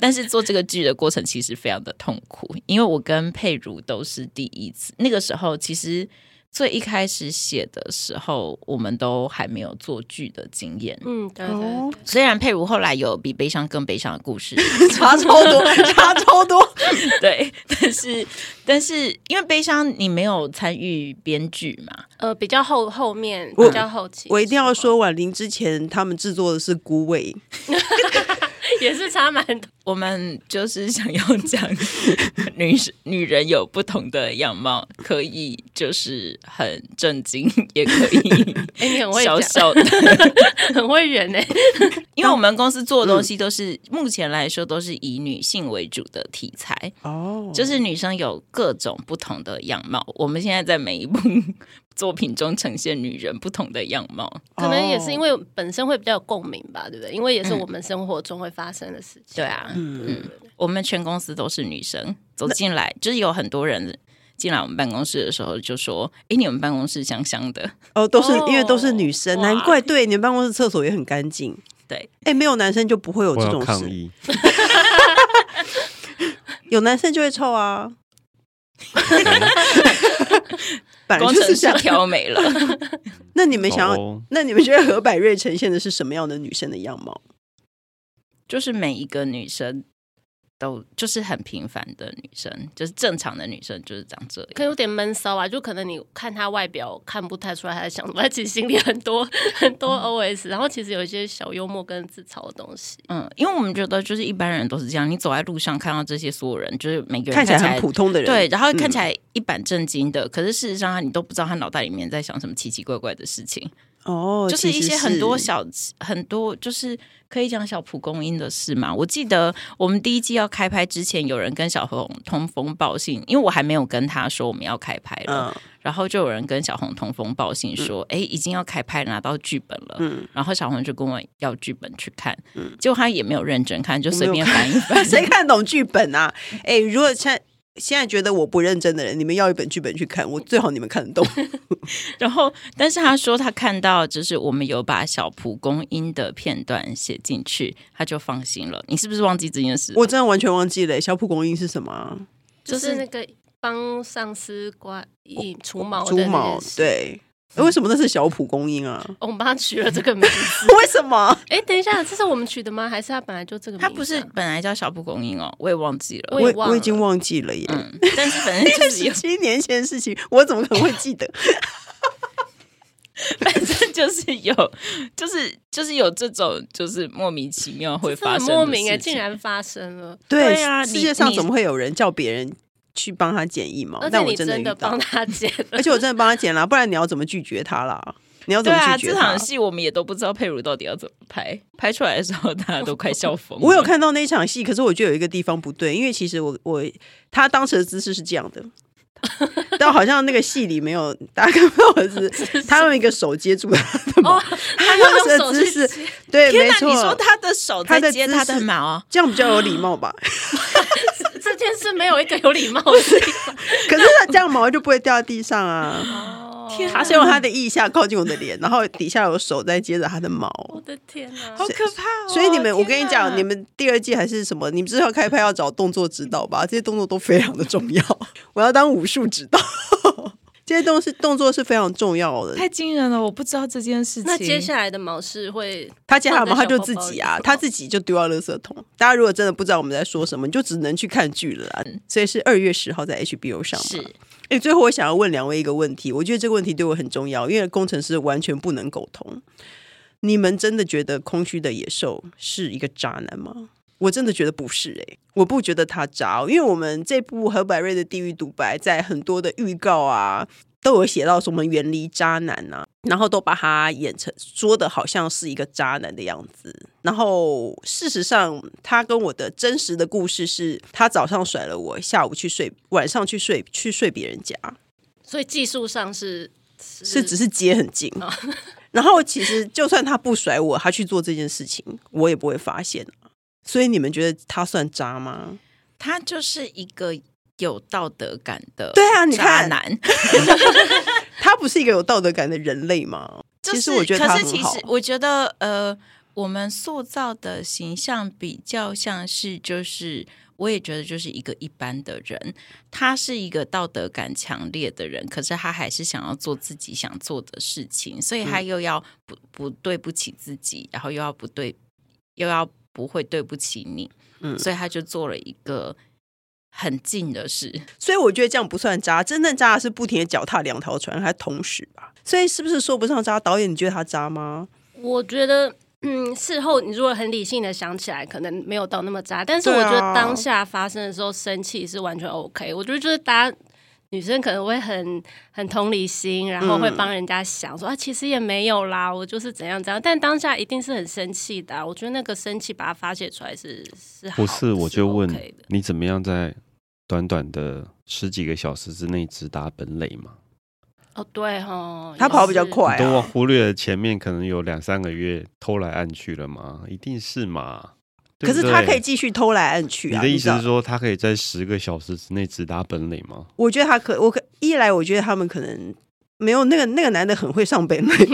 [SPEAKER 3] 但是做这个剧的过程其实非常的痛苦，因为我跟佩如都是第一次，那个时候其实。最一开始写的时候，我们都还没有做剧的经验。
[SPEAKER 4] 嗯，对对
[SPEAKER 1] 哦，
[SPEAKER 3] 虽然佩如后来有比悲伤更悲伤的故事，
[SPEAKER 1] 差超多，差超多。
[SPEAKER 3] 对，但是但是因为悲伤，你没有参与编剧嘛？
[SPEAKER 4] 呃，比较后后面，
[SPEAKER 1] 我
[SPEAKER 4] 比较后期，
[SPEAKER 1] 我一定要，说，婉玲之前他们制作的是《孤味》，
[SPEAKER 4] 也是差蛮多。
[SPEAKER 3] 我们就是想要讲女生女人有不同的样貌，可以就是很震惊，也可以
[SPEAKER 4] 哎、你很会
[SPEAKER 3] 小
[SPEAKER 4] 讲，
[SPEAKER 3] 小的。
[SPEAKER 4] 很会圆哎、
[SPEAKER 3] 因为我们公司做的东西都是、目前来说都是以女性为主的题材，
[SPEAKER 1] 哦，
[SPEAKER 3] 就是女生有各种不同的样貌。我们现在在每一部 作品中呈现女人不同的样貌。
[SPEAKER 4] 可能也是因
[SPEAKER 1] 为
[SPEAKER 4] 为本身会比较有共鸣吧，对不对？因为也是
[SPEAKER 3] 嗯
[SPEAKER 4] 我们生活中会发生的事情。
[SPEAKER 3] 对啊，
[SPEAKER 1] 嗯，
[SPEAKER 3] 我们全公司都是女生，走进来就是有很多人进来我们办公室的时候就说：“诶，你们办公室香香的。
[SPEAKER 1] 哦，都是
[SPEAKER 4] 哦
[SPEAKER 1] 因为都是女生，
[SPEAKER 4] 哇
[SPEAKER 1] 难怪对你们办公室厕所也很干净。”
[SPEAKER 3] 对，
[SPEAKER 1] 哎，没有男生就不会有
[SPEAKER 2] 我
[SPEAKER 1] 这
[SPEAKER 2] 要
[SPEAKER 1] 种
[SPEAKER 2] 抗
[SPEAKER 1] 事，
[SPEAKER 2] 议。
[SPEAKER 1] 有男生就会臭啊。
[SPEAKER 2] 哎
[SPEAKER 1] 本来
[SPEAKER 3] 工
[SPEAKER 1] 就
[SPEAKER 3] 程
[SPEAKER 1] 是这
[SPEAKER 3] 师
[SPEAKER 1] 样。
[SPEAKER 3] 挑美了。
[SPEAKER 1] 那你们想
[SPEAKER 2] 好
[SPEAKER 1] 要
[SPEAKER 2] 哦
[SPEAKER 1] 那你们觉得何百瑞呈现的是什么样的女生的样貌？
[SPEAKER 3] 就是每一个女生都就是很平凡的女生，就是正常的女生就是长这样。
[SPEAKER 4] 可能有点闷骚啊，就可能你看他外表看不太出来他在想什么，他其实心里很多很多 OS，然后其实有一些小幽默跟自嘲的东西。
[SPEAKER 3] 嗯，因为我们觉得就是一般人都是这样，你走在路上看到这些所有人，就是每个人
[SPEAKER 1] 看起来
[SPEAKER 3] 来
[SPEAKER 1] 很普通的人，嗯
[SPEAKER 3] 对，然后看起
[SPEAKER 1] 来
[SPEAKER 3] 来一板正经的，可是事实上你都不知道他脑袋里面在想什么奇奇怪怪的事情。
[SPEAKER 1] 哦，
[SPEAKER 3] 就是一
[SPEAKER 1] 其
[SPEAKER 3] 些
[SPEAKER 1] 实
[SPEAKER 3] 很多
[SPEAKER 1] 是
[SPEAKER 3] 小很多，就是可以讲小蒲公英的事嘛。我记得我们第一季要开拍之前，有人跟小红通风报信，因为我还没有跟他说我们要开拍了，
[SPEAKER 1] 嗯
[SPEAKER 3] 然后就有人跟小红通风报信说，哎、已经要开拍，拿到剧本了。
[SPEAKER 1] 嗯，。
[SPEAKER 3] 然后小红就跟我要剧本去看，结果他也没有认真看，就随便翻一 翻
[SPEAKER 1] 谁看懂剧本啊？哎，如果现在现在觉得我不认真的人，你们要一本剧本去看，我最好你们看得 懂。
[SPEAKER 3] 然后，但是他说他看到就是我们有把小蒲公英的片段写进去，他就放心了。你是不是忘记这件事？
[SPEAKER 1] 我真的完全忘记了小蒲公英是什么啊？
[SPEAKER 4] 就
[SPEAKER 3] 就是
[SPEAKER 4] 是那个帮上司刮一除毛的
[SPEAKER 1] 猪
[SPEAKER 4] 那件
[SPEAKER 1] 毛
[SPEAKER 4] 事，
[SPEAKER 1] 对。哎为什么那是小蒲公英 啊？
[SPEAKER 4] 哦我们帮他取了这个名字。
[SPEAKER 1] 为什么？
[SPEAKER 4] 哎，等一下，这是我们取的吗？还是他本来就这个名字
[SPEAKER 3] 他
[SPEAKER 4] 啊？
[SPEAKER 3] 不是本来叫小蒲公英哦，我也忘记了。
[SPEAKER 4] 我也忘
[SPEAKER 1] 我已经
[SPEAKER 4] 了
[SPEAKER 1] 忘记了耶。
[SPEAKER 3] 嗯，但是反正 就是
[SPEAKER 1] 十
[SPEAKER 3] 有，
[SPEAKER 1] 七年前的事情，我怎么可能会记 得？
[SPEAKER 3] 反正就是有，就是就是有这种，就是莫名其妙会
[SPEAKER 4] 这
[SPEAKER 3] 发
[SPEAKER 4] 很
[SPEAKER 3] 生的
[SPEAKER 4] 莫名哎，
[SPEAKER 3] 哎，
[SPEAKER 4] 竟然发生了，
[SPEAKER 3] 对啊
[SPEAKER 1] 世
[SPEAKER 3] 你
[SPEAKER 1] 界上
[SPEAKER 3] 你
[SPEAKER 1] 怎么会有人叫别人去帮他剪腋毛
[SPEAKER 4] 而？且
[SPEAKER 1] 但我
[SPEAKER 4] 你
[SPEAKER 1] 真的遇
[SPEAKER 4] 的
[SPEAKER 1] 到
[SPEAKER 4] 帮，他剪了
[SPEAKER 1] 而。且我真的帮他剪了，不然你要怎么拒绝他啦？你要怎
[SPEAKER 3] 对
[SPEAKER 1] 么
[SPEAKER 3] 啊，
[SPEAKER 1] 拒绝
[SPEAKER 3] 这
[SPEAKER 1] 他
[SPEAKER 3] 场？戏我们也都不知道佩如到底要怎么拍，拍出来的时候大家都快笑疯了。
[SPEAKER 1] 我有看到那一场戏，可是我觉得有一个地方不对，因为其实我我他当时的姿势是这样的，但好像那个戏里没有大家看不到我的 姿势，他用一个手接住他 的毛，
[SPEAKER 4] 哦，他
[SPEAKER 1] 当时
[SPEAKER 4] 用
[SPEAKER 1] 的
[SPEAKER 4] 手
[SPEAKER 1] 姿
[SPEAKER 4] 去
[SPEAKER 1] 势
[SPEAKER 4] 接
[SPEAKER 1] 对，
[SPEAKER 3] 天
[SPEAKER 1] 没
[SPEAKER 3] 你说
[SPEAKER 1] 错，
[SPEAKER 3] 他的手
[SPEAKER 1] 他
[SPEAKER 3] 在
[SPEAKER 1] 的
[SPEAKER 3] 接
[SPEAKER 1] 姿
[SPEAKER 3] 他的
[SPEAKER 1] 势
[SPEAKER 3] 毛，啊
[SPEAKER 1] 这样比较有礼貌吧？
[SPEAKER 4] 这 件事没有一个有礼貌的地方。
[SPEAKER 1] 可是他这样毛就不会掉地上啊。
[SPEAKER 4] 哦
[SPEAKER 3] 天
[SPEAKER 1] 他是用他的腋下靠近我的脸，然后底下有手在接着他的毛。
[SPEAKER 4] 我的天哪！
[SPEAKER 3] 好可怕、哦！
[SPEAKER 1] 所以你们，我跟你
[SPEAKER 3] 天哪
[SPEAKER 1] 讲，你们第二季还是什么？你们之后开拍要找动作指导吧，这些动作都非常的重要。我要当武术指导， 这些东西动作是非常重要的。
[SPEAKER 3] 太惊人了，我不知道这件事情。
[SPEAKER 4] 那接下来的毛是会
[SPEAKER 1] 他接他的毛，
[SPEAKER 4] 放在
[SPEAKER 1] 他
[SPEAKER 4] 小
[SPEAKER 1] 就
[SPEAKER 4] 包
[SPEAKER 1] 自
[SPEAKER 4] 包
[SPEAKER 1] 己
[SPEAKER 4] 里
[SPEAKER 1] 啊，
[SPEAKER 4] 头
[SPEAKER 1] 他自己就丢到垃圾桶。大家如果真的不知道我们在说什么，你就只能去看剧了啦。所以是二月十号在 HBO 上嘛。
[SPEAKER 3] 是
[SPEAKER 1] 哎，最后我想要问两位一个问题，我觉得这个问题对我很重要，因为工程师完全不能苟同。你们真的觉得空虚的野兽是一个渣男吗？我真的觉得不是哎、我不觉得他渣哦，因为我们这部何百瑞的《地狱独白》在很多的预告啊，都有写到什么远离渣男啊，然后都把他演成说的好像是一个渣男的样子。然后事实上，他跟我的真实的故事是，他早上甩了我，下午去睡，晚上去睡去睡别人家，
[SPEAKER 4] 所以技术上是
[SPEAKER 1] 是只是接很近。然后其实就算他不甩我，他去做这件事情，我也不会发现啊、所以你们觉得他算渣吗？
[SPEAKER 3] 他就是一个有道德感的
[SPEAKER 1] 对啊你
[SPEAKER 3] 渣
[SPEAKER 1] 看
[SPEAKER 3] 男。
[SPEAKER 1] 他不是一个有道德感的人类吗？
[SPEAKER 3] 就
[SPEAKER 1] 其
[SPEAKER 3] 是
[SPEAKER 1] 实我觉得他
[SPEAKER 3] 可是
[SPEAKER 1] 很
[SPEAKER 3] 其
[SPEAKER 1] 好
[SPEAKER 3] 实。我觉得呃，我们塑造的形象比较像是就是。我也觉得就是一个一般的人，他是一个道德感强烈的人，可是他还是想要做自己想做的事情，所以他
[SPEAKER 1] 嗯
[SPEAKER 3] 又要不不对不起自己，然后又要不对，又要不会对不起你，
[SPEAKER 1] 嗯
[SPEAKER 3] 所以他就做了一个很近 的事。
[SPEAKER 1] 所以我觉得这样不算渣，真正渣的是不停的脚踏两条船，还同时吧。所以是不是说不上渣？导演，你觉得他渣吗？
[SPEAKER 4] 我觉得，嗯，事后你如果很理性的想起来，可能没有到那么渣，但是
[SPEAKER 1] 对
[SPEAKER 4] 我
[SPEAKER 1] 啊
[SPEAKER 4] 觉得当下发生的时候生气是完全 OK。我觉得就是大家。女生可能会很很同理心，然后会帮人家想说、啊，其实也没有啦，我就是怎样怎样。但当下一定是很生气的啊、我觉得那个生气把它发泄出来是是好
[SPEAKER 2] 不
[SPEAKER 4] 的
[SPEAKER 2] 是，我就问
[SPEAKER 4] OK 的
[SPEAKER 2] 你怎么样在短短的十几个小时之内直达本垒嘛？
[SPEAKER 4] 哦，对哦，
[SPEAKER 1] 他
[SPEAKER 4] 也
[SPEAKER 1] 跑比较
[SPEAKER 4] 是
[SPEAKER 1] 快
[SPEAKER 2] 你都
[SPEAKER 1] 啊。
[SPEAKER 2] 忽略了前面可能有两三个月偷来暗去了嘛，一定是嘛？对
[SPEAKER 1] 可
[SPEAKER 2] 不
[SPEAKER 1] 是他
[SPEAKER 2] 对
[SPEAKER 1] 可以。继续偷来暗去
[SPEAKER 2] 你
[SPEAKER 1] 啊！
[SPEAKER 2] 的意
[SPEAKER 1] 知
[SPEAKER 2] 思
[SPEAKER 1] 道
[SPEAKER 2] 是说，他可以在十个小时之内直达本垒吗？
[SPEAKER 1] 我觉得他可，我可一来，我觉得他们可能没有那个那个男的很会上本 垒，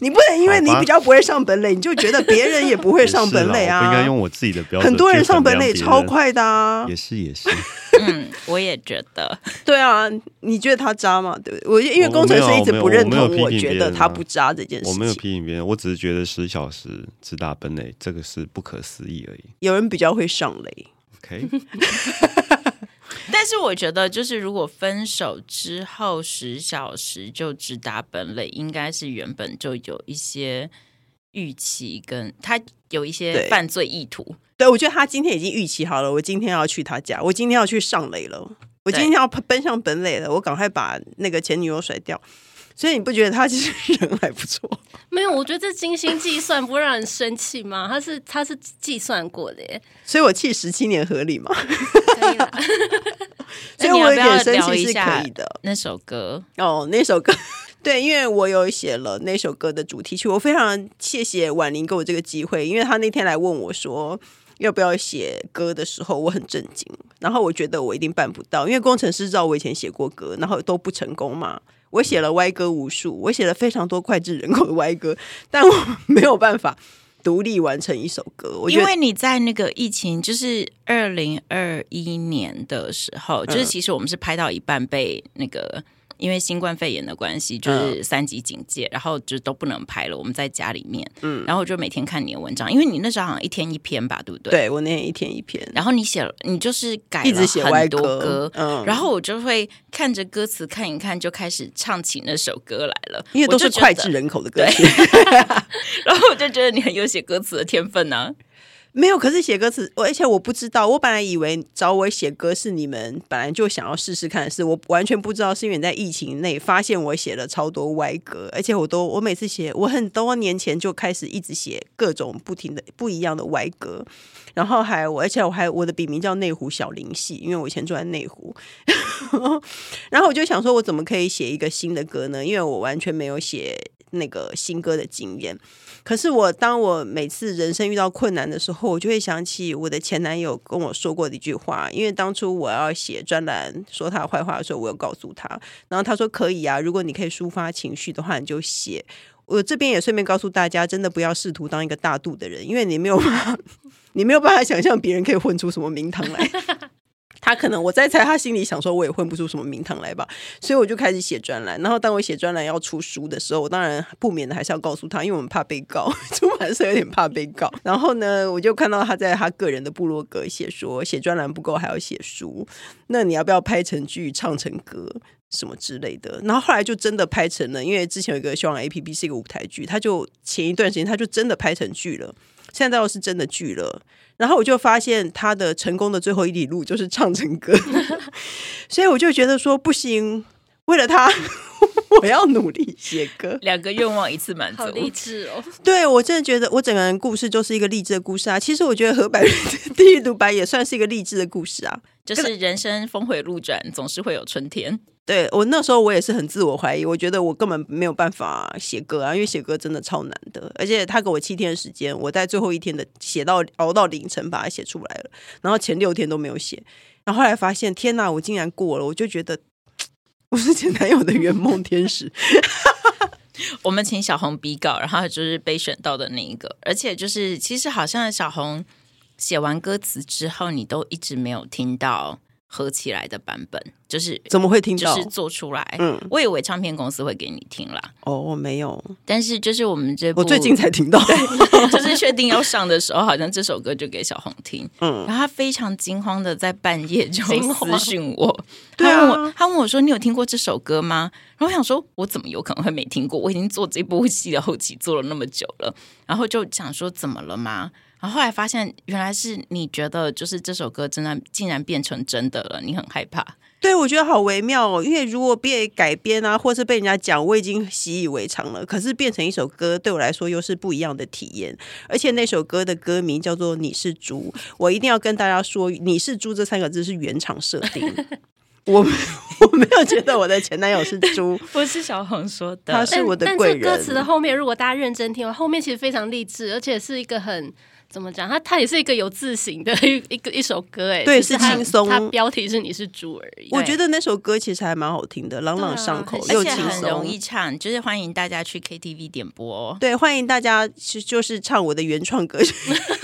[SPEAKER 1] 你不能因为你
[SPEAKER 2] 好吧
[SPEAKER 1] 比较不会上本垒，你就觉得别人也不会
[SPEAKER 2] 也
[SPEAKER 1] 上
[SPEAKER 2] 是
[SPEAKER 1] 本
[SPEAKER 2] 啦
[SPEAKER 1] 垒
[SPEAKER 2] 我不应该
[SPEAKER 1] 啊
[SPEAKER 2] 用。我自己的标准。
[SPEAKER 1] 很多人上本垒超，快的啊
[SPEAKER 2] 也，是也是。
[SPEAKER 3] 嗯，我也觉得，
[SPEAKER 1] 对啊，你觉得他渣吗？对不对？我因为
[SPEAKER 2] 我
[SPEAKER 1] 工程
[SPEAKER 2] 我没
[SPEAKER 1] 师
[SPEAKER 2] 有
[SPEAKER 1] 一直
[SPEAKER 2] 我没有
[SPEAKER 1] 不认同
[SPEAKER 2] 我没有，批
[SPEAKER 1] 我
[SPEAKER 2] 评
[SPEAKER 1] 觉
[SPEAKER 2] 别
[SPEAKER 1] 得
[SPEAKER 2] 人啊
[SPEAKER 1] 他不渣这件事
[SPEAKER 2] 我没有
[SPEAKER 1] 情。
[SPEAKER 2] 批评别人，我只是觉得十小时直达本垒这个是不可思议而已。
[SPEAKER 1] 有人比较会上垒，
[SPEAKER 2] OK，
[SPEAKER 3] 但是我觉得，就是如果分手之后十小时就直达本垒，应该是原本就有一些预期跟，他有一些
[SPEAKER 1] 对
[SPEAKER 3] 犯罪意图。
[SPEAKER 1] 对我觉得他今天已经预期好了，我今天要去他家，我今天要去上垒了，我今天要奔向本垒了，我赶快把那个前女友甩掉。所以你不觉得他其实 人还不错？
[SPEAKER 4] 没有，我觉得这精心计算不会让人生气吗？他是他是计算过的耶，
[SPEAKER 1] 所以我气十七年合理嘛？
[SPEAKER 4] 可以啦。
[SPEAKER 1] 所
[SPEAKER 3] 那
[SPEAKER 1] 以
[SPEAKER 3] 你
[SPEAKER 1] 我有
[SPEAKER 3] 要不要
[SPEAKER 1] 点生
[SPEAKER 3] 聊
[SPEAKER 1] 气是
[SPEAKER 3] 一
[SPEAKER 1] 可
[SPEAKER 3] 下
[SPEAKER 1] 以的。
[SPEAKER 3] 那首歌？
[SPEAKER 1] 哦，那首歌， 对，因为我有写了那首歌的主题曲，我非常谢谢婉玲给我这个机会，因为她那天来问我说要不要写歌的时候，我很震惊，然后我觉得我一定办不到，因为工程师知道我以前写过歌，然后都不成功嘛。我写了歪歌无数，我写了非常多脍炙人口的歪歌，但我 没有办法独立完成一首歌。我觉
[SPEAKER 3] 因
[SPEAKER 1] 得
[SPEAKER 3] 为你在那个疫情，就是二零二一年的时候，
[SPEAKER 1] 嗯
[SPEAKER 3] 就是其实我们是拍到一半被那个。因为新冠肺炎的关系，
[SPEAKER 1] 嗯
[SPEAKER 3] 就是三级警戒，然后就都不能拍了。我们在家里面，嗯，然后我就每天看你的文章，因为你那时候好像一天一篇吧，对不对？。
[SPEAKER 1] 对我那天一天一篇，
[SPEAKER 3] 然后你写了，你就是改
[SPEAKER 1] 一
[SPEAKER 3] 了
[SPEAKER 1] 直写歪
[SPEAKER 3] 很多
[SPEAKER 1] 歌，
[SPEAKER 3] 歌，
[SPEAKER 1] 嗯
[SPEAKER 3] 然后我就会看着歌词看一看，就开始唱起那首歌来了，
[SPEAKER 1] 因为都是
[SPEAKER 3] 我就觉得
[SPEAKER 1] 脍炙人口的歌曲。
[SPEAKER 3] 然后我就觉得你很有写歌词的天分呢、
[SPEAKER 1] 没有，可是写歌词，我而且我不知道，我本来以为找我写歌是你们本来就想要试试看的事，我完全不知道是因为你在疫情内发现我写了超多歪歌，而且我都我每次写，我很多年前就开始一直写各种不停的不一样的歪歌，然后还我而且我还我的笔名叫内湖小林系，因为我以前住在内湖， 然后我就想说，我怎么可以写一个新的歌呢？因为我完全没有写那个新歌的经验。可是我当我每次人生遇到困难的时候，我就会想起我的前男友跟我说过的一句话，因为当初我要写专栏说他的坏话的时候，我有告诉他，然后他说可以啊，如果你可以抒发情绪的话，你就写。我这边也顺便告诉大家，真的不要试图当一个大度的人，因为你没有办法， 你没有办法想象别人可以混出什么名堂来。 他可能我在猜，他心里想说，我也混不出什么名堂来吧。所以我就开始写专栏。然后当我写专栏要出书的时候，我当然不免的还是要告诉他，因为我们怕被告， 出版社有点怕被告。然后呢，我就看到他在他个人的部落格写说，写专栏不够，还要写书。那你要不要拍成剧、唱成歌什么之类的？然后后来就真的拍成了，因为之前有一个希望 A P P 是一个舞台剧，他就前一段时间他就真的拍成剧了。现在倒是真的剧了，然后我就发现他的成功的最后一里路就是唱成歌，所以我就觉得说不行，为了他， 我要努力写歌。
[SPEAKER 3] 两个愿望一次满足
[SPEAKER 4] 好。励志哦！
[SPEAKER 1] 对我真的觉得，我整个人故事就是一个励志的故事啊。其实我觉得何百瑞的《地狱独白》也算是一个励志的故事啊。
[SPEAKER 3] 就是人生峰回路转，总是会有春天。
[SPEAKER 1] 对我那时候我也是很自我怀疑，我觉得我根本没有办法写歌啊，因为写歌真的超难的。而且他给我七天的时间，我在最后一天的写到熬到凌晨把它写出来了，然后前六天都没有写，然后后来发现天哪，我竟然过了，我就觉得 我是前男友的圆梦天使。
[SPEAKER 3] 我们请小红比稿，然后就是被选到的那一个。而且就是，其实好像小红写完歌词之后，你都一直没有听到合起来的版本，就是
[SPEAKER 1] 怎么会听
[SPEAKER 3] 就
[SPEAKER 1] 到？
[SPEAKER 3] 是做出来。
[SPEAKER 1] 嗯
[SPEAKER 3] 我以为唱片公司会给你听啦，
[SPEAKER 1] 哦，我没有，
[SPEAKER 3] 但是就是我们这部
[SPEAKER 1] 我最近才听到。
[SPEAKER 3] 就是确定要上的时候，好像这首歌就给小红听，
[SPEAKER 1] 嗯
[SPEAKER 3] 嗯，然后她非常惊慌的在半夜就
[SPEAKER 4] 惊慌
[SPEAKER 3] 私讯我，
[SPEAKER 1] 对
[SPEAKER 3] 她
[SPEAKER 1] 啊
[SPEAKER 3] 问我，她问我说你有听过这首歌吗？然后我想说，我怎么有可能会没听过？我已经做这部戏的后期做了那么久了，然后就想说怎么了吗？然后后来发现原来是你觉得就是这首歌真的竟然变成真的了，你很害怕。
[SPEAKER 1] 对，我觉得好微妙哦，因为如果被改编啊，或是被人家讲，我已经习以为常了。可是变成一首歌，对我来说又是不一样的体验。而且那首歌的歌名叫做《你是猪》，我一定要跟大家说，“你是猪”这三个字是原厂设定。 我我没 有觉得我的前男友是 猪，
[SPEAKER 3] 不是小红说的，
[SPEAKER 1] 他是我的
[SPEAKER 4] 但
[SPEAKER 1] 贵
[SPEAKER 4] 这
[SPEAKER 1] 人。
[SPEAKER 4] 歌词的后面，如果大家认真听，后面其实非常励志，而且是一个很怎么讲，它它也是一个有自省的一一个一首歌，哎，
[SPEAKER 1] 对
[SPEAKER 4] 只它
[SPEAKER 1] 是轻松
[SPEAKER 4] 它标题是你是猪而已。
[SPEAKER 1] 我觉得那首歌其实还蛮好听的，朗朗上口，
[SPEAKER 4] 对啊
[SPEAKER 1] 又
[SPEAKER 3] 而且
[SPEAKER 1] 轻
[SPEAKER 3] 很容
[SPEAKER 1] 松。
[SPEAKER 3] 易唱，就是欢迎大家去 KTV 点播哦。
[SPEAKER 1] 对，欢迎大家是就是唱我的原创歌曲。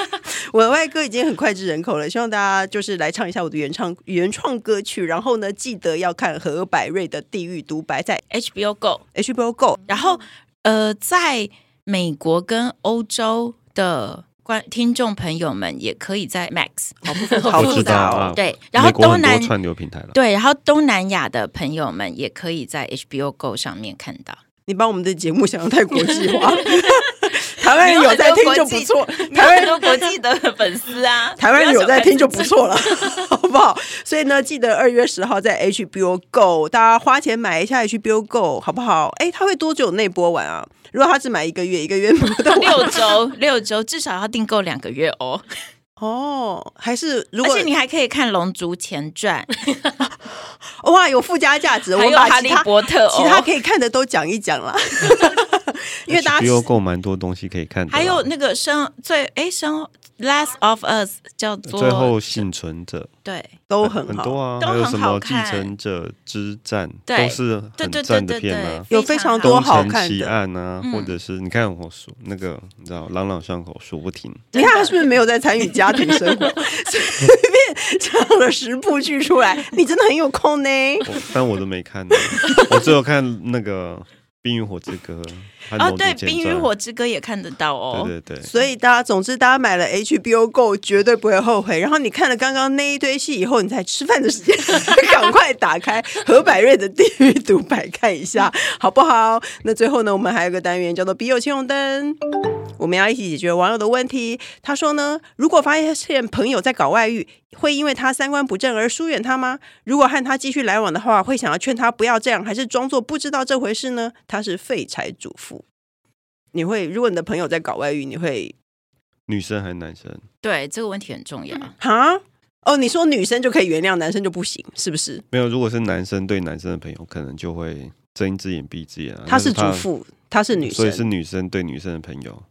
[SPEAKER 1] 我的外歌已经很脍炙人口了，希望大家就是来唱一下我的原唱原创歌曲，然后呢，记得要看何百瑞的《地狱独白》在
[SPEAKER 3] HBO Go。
[SPEAKER 1] HBO Go。
[SPEAKER 3] 然后
[SPEAKER 1] 嗯
[SPEAKER 3] 呃，在美国跟欧洲的观听众朋友们也可以在 Max 好不复
[SPEAKER 1] 好
[SPEAKER 2] 我
[SPEAKER 1] 复
[SPEAKER 2] 知道
[SPEAKER 1] 杂哦
[SPEAKER 2] 啊，
[SPEAKER 3] 对，然后
[SPEAKER 2] 美国
[SPEAKER 3] 东
[SPEAKER 2] 很多
[SPEAKER 3] 南
[SPEAKER 2] 串流平台了，
[SPEAKER 3] 对，然后东南亚的朋友们也可以在 HBO Go 上面看到。
[SPEAKER 1] 你把我们的节目想要太国际化，台湾人有在听就不错，
[SPEAKER 3] 你有
[SPEAKER 1] 台湾
[SPEAKER 3] 很
[SPEAKER 1] 人
[SPEAKER 3] 多国际的粉丝啊，
[SPEAKER 1] 台湾人有在听就
[SPEAKER 3] 不
[SPEAKER 1] 不
[SPEAKER 3] 要小看自己
[SPEAKER 1] 错了， 好不好？所以呢，记得二月十号在 HBO Go，大家花钱买一下 HBO Go，好不好？哎，它会多久内播完啊？如果他只买一个月，一个月买不到
[SPEAKER 3] 六周，六周至少要订购两个月哦。
[SPEAKER 1] 哦，还是如
[SPEAKER 3] 而
[SPEAKER 1] 果
[SPEAKER 3] 且你还可以看《龙族前传》，
[SPEAKER 1] 哇有附加价值，我
[SPEAKER 3] 还有
[SPEAKER 1] 们
[SPEAKER 3] 《
[SPEAKER 1] 把
[SPEAKER 3] 哈
[SPEAKER 1] 其
[SPEAKER 3] 利
[SPEAKER 1] 他
[SPEAKER 3] 波特》
[SPEAKER 1] 其他
[SPEAKER 3] 哦
[SPEAKER 1] 可，以看的都讲一讲啦，因为大家
[SPEAKER 2] HBO 购蛮多东西可以看的啦，
[SPEAKER 3] 还有那个生最哎生《Last of Us》叫做
[SPEAKER 2] 最后幸存者
[SPEAKER 3] 对
[SPEAKER 1] 都
[SPEAKER 2] 很
[SPEAKER 1] 很好，
[SPEAKER 2] 多啊，
[SPEAKER 3] 都
[SPEAKER 2] 还有
[SPEAKER 3] 很
[SPEAKER 2] 什
[SPEAKER 3] 好
[SPEAKER 2] 么继
[SPEAKER 3] 看
[SPEAKER 2] 承者之战，
[SPEAKER 3] 对
[SPEAKER 2] 都是
[SPEAKER 3] 对
[SPEAKER 2] 很
[SPEAKER 3] 对对
[SPEAKER 2] 赞的
[SPEAKER 3] 对
[SPEAKER 2] 片
[SPEAKER 3] 对
[SPEAKER 2] 啊，。
[SPEAKER 1] 有非常多
[SPEAKER 2] 东
[SPEAKER 1] 好
[SPEAKER 2] 城
[SPEAKER 1] 看
[SPEAKER 2] 奇
[SPEAKER 1] 的。嗯
[SPEAKER 2] 案啊，或者是你看我说那个，你知道朗朗上口，数不 停。
[SPEAKER 1] 你看他是不是没有在参与家庭生活，随便讲了十部剧出来，你真的很有空呢。
[SPEAKER 2] 我但我都没 看呢，我只有看那个《冰与火之歌》和
[SPEAKER 3] 哦
[SPEAKER 2] 龙族
[SPEAKER 3] 对，
[SPEAKER 2] 剑
[SPEAKER 3] 《
[SPEAKER 2] 传
[SPEAKER 3] 冰与火之歌》也看得到哦。
[SPEAKER 2] 对对对，
[SPEAKER 1] 所以大家，总之大家买了 HBO Go 绝对不会后悔。然后你看了刚刚那一堆戏以后，你才吃饭的时间 赶快打开何百瑞的《地狱独白》看一下，好不好？那最后呢，我们还有一个单元叫做“笔友青红灯”，我们要一起解决网友的问题。他说呢，如果发现朋友在搞外遇，会因为他三观不正而疏远他吗？如果和他继续来往的话，会想要劝他不要这样，还是装作不知道这回事呢？他是废柴主妇。你会，如果你的朋友在搞外遇，你会
[SPEAKER 2] 女生还是男生？
[SPEAKER 3] 对，这个问题很重
[SPEAKER 1] 嗯
[SPEAKER 3] 要。
[SPEAKER 1] 哈？哦，你说女生就可以原谅，男生就不行，是不是？
[SPEAKER 2] 没有，如果是男生对男生的朋友，可能就会睁一只眼闭一只眼啊。
[SPEAKER 1] 她是
[SPEAKER 2] 但
[SPEAKER 1] 主妇，她是女
[SPEAKER 2] 所以是
[SPEAKER 1] 生，
[SPEAKER 2] 女生对女生的朋友，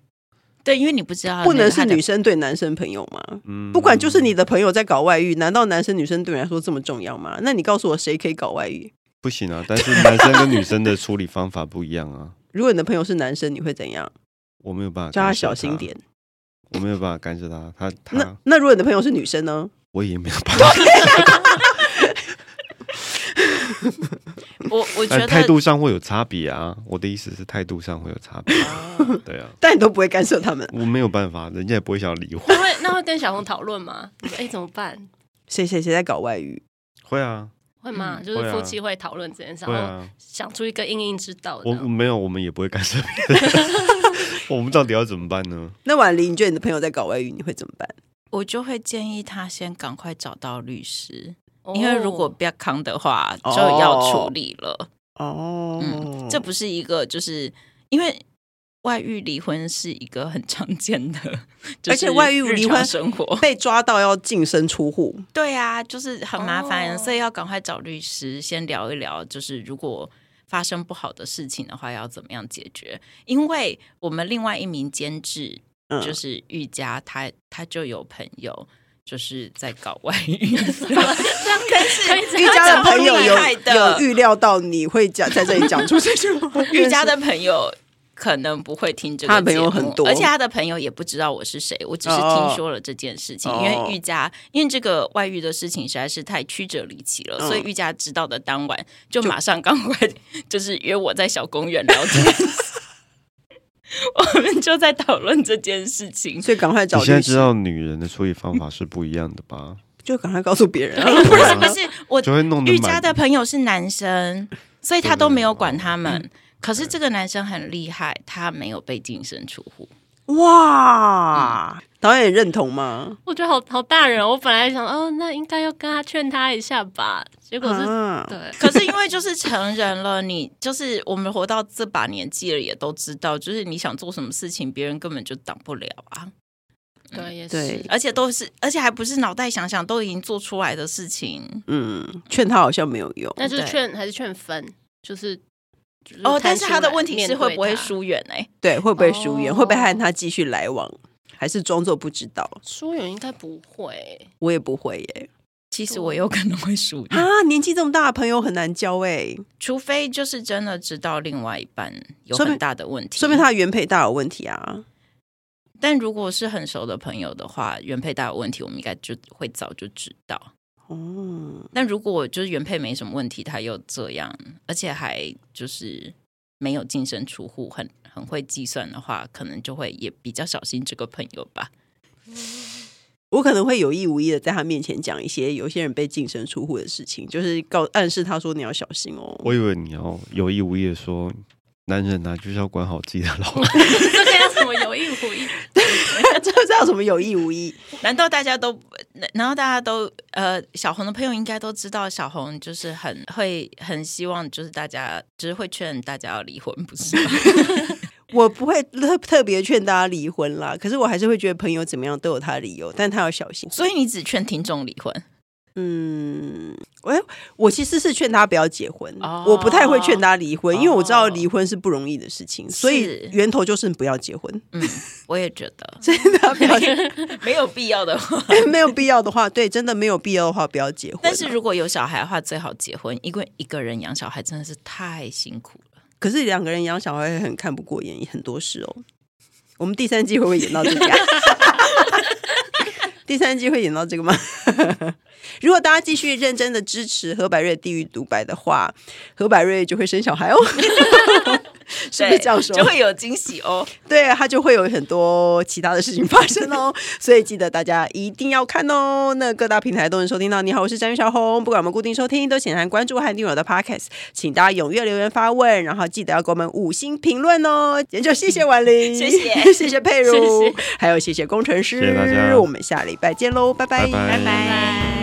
[SPEAKER 3] 对，因为你不知道
[SPEAKER 1] 不能
[SPEAKER 3] 那个
[SPEAKER 1] 是
[SPEAKER 3] 啊他的
[SPEAKER 1] 女生对男生朋友吗？
[SPEAKER 2] 嗯，
[SPEAKER 1] 不管就是你的朋友在搞外遇，难道男生女生对你来说这么重要吗？那你告诉我，谁可以搞外遇？
[SPEAKER 2] 不行啊，但是男生跟女生的处理方法不一样啊，
[SPEAKER 1] 如果你的朋友是男生，你会怎样？
[SPEAKER 2] 我没有办法
[SPEAKER 1] 叫他
[SPEAKER 2] 干涉
[SPEAKER 1] 小心点。
[SPEAKER 2] 我没有办法干涉他，他
[SPEAKER 1] 那
[SPEAKER 2] 他
[SPEAKER 1] 那如果你的朋友是女生呢？
[SPEAKER 2] 我也没有办法，
[SPEAKER 3] 我我觉
[SPEAKER 2] 但
[SPEAKER 3] 得
[SPEAKER 2] 哎态度上会有差别啊。我的意思是态度上会有差别，
[SPEAKER 3] 哦
[SPEAKER 2] 对啊，
[SPEAKER 1] 但你都不会干涉他们。
[SPEAKER 2] 我没有办法，人家也不会想理我。
[SPEAKER 4] 那会那会跟小红讨论吗？哎，怎么办？
[SPEAKER 1] 谁谁谁在搞外遇？
[SPEAKER 2] 会啊，
[SPEAKER 4] 会吗？
[SPEAKER 3] 嗯
[SPEAKER 4] 就
[SPEAKER 2] 会
[SPEAKER 4] 是
[SPEAKER 2] 啊
[SPEAKER 4] 夫妻会讨论这件事，
[SPEAKER 2] 会
[SPEAKER 4] 然后
[SPEAKER 2] 啊，
[SPEAKER 4] 想出一个应应之道这
[SPEAKER 2] 我嗯
[SPEAKER 4] 样。
[SPEAKER 2] 没有，我们也不会干涉别人。我们到底要怎么办呢？
[SPEAKER 1] 那婉玲，你觉得你的朋友在搞外遇，你会怎么办？
[SPEAKER 3] 我就会建议他先赶快找到律师，因为如果
[SPEAKER 4] 哦
[SPEAKER 3] 不要康的话，
[SPEAKER 1] 哦
[SPEAKER 3] 就要处理了。
[SPEAKER 1] 哦
[SPEAKER 3] 嗯，这不是一个就是因为。外遇离婚是一个很常见的， 就
[SPEAKER 1] 而
[SPEAKER 3] 是
[SPEAKER 1] 且外遇
[SPEAKER 3] 日
[SPEAKER 1] 离
[SPEAKER 3] 常
[SPEAKER 1] 婚
[SPEAKER 3] 生活，
[SPEAKER 1] 被抓到要净身出户，
[SPEAKER 3] 对啊，就是很麻烦，
[SPEAKER 4] 哦
[SPEAKER 3] 所以要赶快找律师先聊一聊，就是如果发生不好的事情的话，要怎么样解决？因为我们另外一名监制
[SPEAKER 1] 嗯，
[SPEAKER 3] 就是玉佳，他他就有朋友就是在搞外遇，
[SPEAKER 4] 这样可以 这
[SPEAKER 1] 瑜
[SPEAKER 4] 样
[SPEAKER 1] 伽的朋友有
[SPEAKER 3] 超厉害的
[SPEAKER 1] 有预料到你会讲在这里讲出这句话，
[SPEAKER 3] 玉佳的朋友。可能不会听这个
[SPEAKER 1] 他的朋友
[SPEAKER 3] 节目
[SPEAKER 1] 很多
[SPEAKER 3] 而且他的朋友也不知道我是谁，我只是
[SPEAKER 1] 哦
[SPEAKER 3] 听说了这件事情。
[SPEAKER 1] 哦
[SPEAKER 3] 因为玉佳，因为这个外遇的事情实在是太曲折离奇了，
[SPEAKER 1] 嗯
[SPEAKER 3] 所以玉佳知道的当晚就马上赶快 就是约我在小公园聊天， 我们就在讨论这件事情。
[SPEAKER 1] 所以赶快找
[SPEAKER 2] 你现在
[SPEAKER 1] 律
[SPEAKER 2] 知
[SPEAKER 1] 师，
[SPEAKER 2] 道女人的处理方法是不一样的吧？
[SPEAKER 1] 就赶快告诉别人啊。
[SPEAKER 3] 不是不是，我
[SPEAKER 2] 就会弄得
[SPEAKER 3] 瑜
[SPEAKER 2] 蛮
[SPEAKER 3] 伽的朋友是男生，所以他都没有管他们。可是
[SPEAKER 2] 对
[SPEAKER 3] 这个男生很厉害，他没有被净身出户。
[SPEAKER 1] 哇，导演认同吗？
[SPEAKER 4] 我觉得好好大人哦。我本来想，哦，那应该要跟他劝他一下吧，结果是
[SPEAKER 1] 啊，
[SPEAKER 4] 对，
[SPEAKER 3] 可是因为就是成人了，你就是我们活到这把年纪了，也都知道，就是你想做什么事情，别人根本就挡不了啊。
[SPEAKER 4] 对，也
[SPEAKER 1] 对
[SPEAKER 4] 是，
[SPEAKER 3] 而且都是，而且还不是脑袋想想，都已经做出来的事情。
[SPEAKER 1] 嗯，劝他好像没有用。
[SPEAKER 4] 那就是
[SPEAKER 3] 对
[SPEAKER 4] 劝还是劝分，就是就是
[SPEAKER 3] 哦，
[SPEAKER 4] 摊
[SPEAKER 3] 但是
[SPEAKER 4] 出
[SPEAKER 3] 他的
[SPEAKER 4] 来
[SPEAKER 3] 问题
[SPEAKER 4] 面
[SPEAKER 3] 是会
[SPEAKER 4] 对
[SPEAKER 3] 不会
[SPEAKER 4] 它
[SPEAKER 3] 疏远哎、
[SPEAKER 1] 对，会不会疏远？
[SPEAKER 4] 哦
[SPEAKER 1] 会不会和他继续来往？还是装作不知道？
[SPEAKER 4] 疏远应该不会，
[SPEAKER 1] 我也不会耶。
[SPEAKER 3] 其实我有可能会疏远，
[SPEAKER 1] 啊，年纪这么大的朋友很难交哎，
[SPEAKER 3] 除非就是真的知道另外一半有
[SPEAKER 1] 说明
[SPEAKER 3] 很大的问题。
[SPEAKER 1] 说明他的原配大有问题啊。
[SPEAKER 3] 但如果是很熟的朋友的话，原配大有问题，我们应该就会早就知道。
[SPEAKER 1] 哦，
[SPEAKER 3] 但如果就是原配没什么问题，他又这样，而且还就是没有净身出户，很很会计算的话，可能就会也比较小心这个朋友吧。
[SPEAKER 1] 我可能会有意无意的在他面前讲一些有些人被净身出户的事情，就是告暗示他说你要小心哦。
[SPEAKER 2] 我以为你要有意无意的说男人啊，就是要管好自己的老婆。
[SPEAKER 4] 这个要怎么有意无意？
[SPEAKER 1] 这个叫什么有意无意？
[SPEAKER 3] 难道大家都？难难道大家都？呃，小红的朋友应该都知道，小红就是很会，很希望就是大家，就是会劝大家要离婚，不是吗？
[SPEAKER 1] 我不会特特别劝大家离婚啦，可是我还是会觉得朋友怎么样都有他的理由，但他要小心。
[SPEAKER 3] 所以你只劝听众离婚
[SPEAKER 1] 嗯，我我其实是劝他不要结婚，
[SPEAKER 3] 哦
[SPEAKER 1] 我不太会劝他离婚，因为我知道
[SPEAKER 3] 哦
[SPEAKER 1] 离婚是不容易的事情，所以
[SPEAKER 3] 是嗯
[SPEAKER 1] 源头就是不要结婚，
[SPEAKER 3] 我也觉得
[SPEAKER 1] 真的不 要结
[SPEAKER 3] 没有必要的话。
[SPEAKER 1] 没有必要的话，对，真的没有必要的话不要结婚。
[SPEAKER 3] 但是如果有小孩的话，最好结婚，因为一个人养小孩真的是太辛苦了。
[SPEAKER 1] 可是两个人养小孩很看不过眼，很多事哦。我们第三季会不会演到这个啊？ 第三季会演到这个吗？ 如果大家继续认真的支持何百瑞地狱独白的话，何百瑞就会生小孩哦， 是不是
[SPEAKER 3] 对
[SPEAKER 1] 这样说？
[SPEAKER 3] 就会有惊喜哦。
[SPEAKER 1] 对，他就会有很多其他的事情发生哦，所以记得大家一定要看哦。那各大平台都能收听到。你好，我是詹玉小红，不管我们固定收听，都请按关注和订阅我的 Podcast，请大家踊跃留言发问，然后记得要给我们五星评论哦。今天就谢谢婉玲，
[SPEAKER 3] 谢 谢
[SPEAKER 1] 谢谢佩如，
[SPEAKER 4] 谢谢
[SPEAKER 1] 还有谢谢工程师，
[SPEAKER 2] 谢谢大家
[SPEAKER 1] 哎我们下礼拜见喽，拜
[SPEAKER 2] 拜拜
[SPEAKER 4] 拜拜。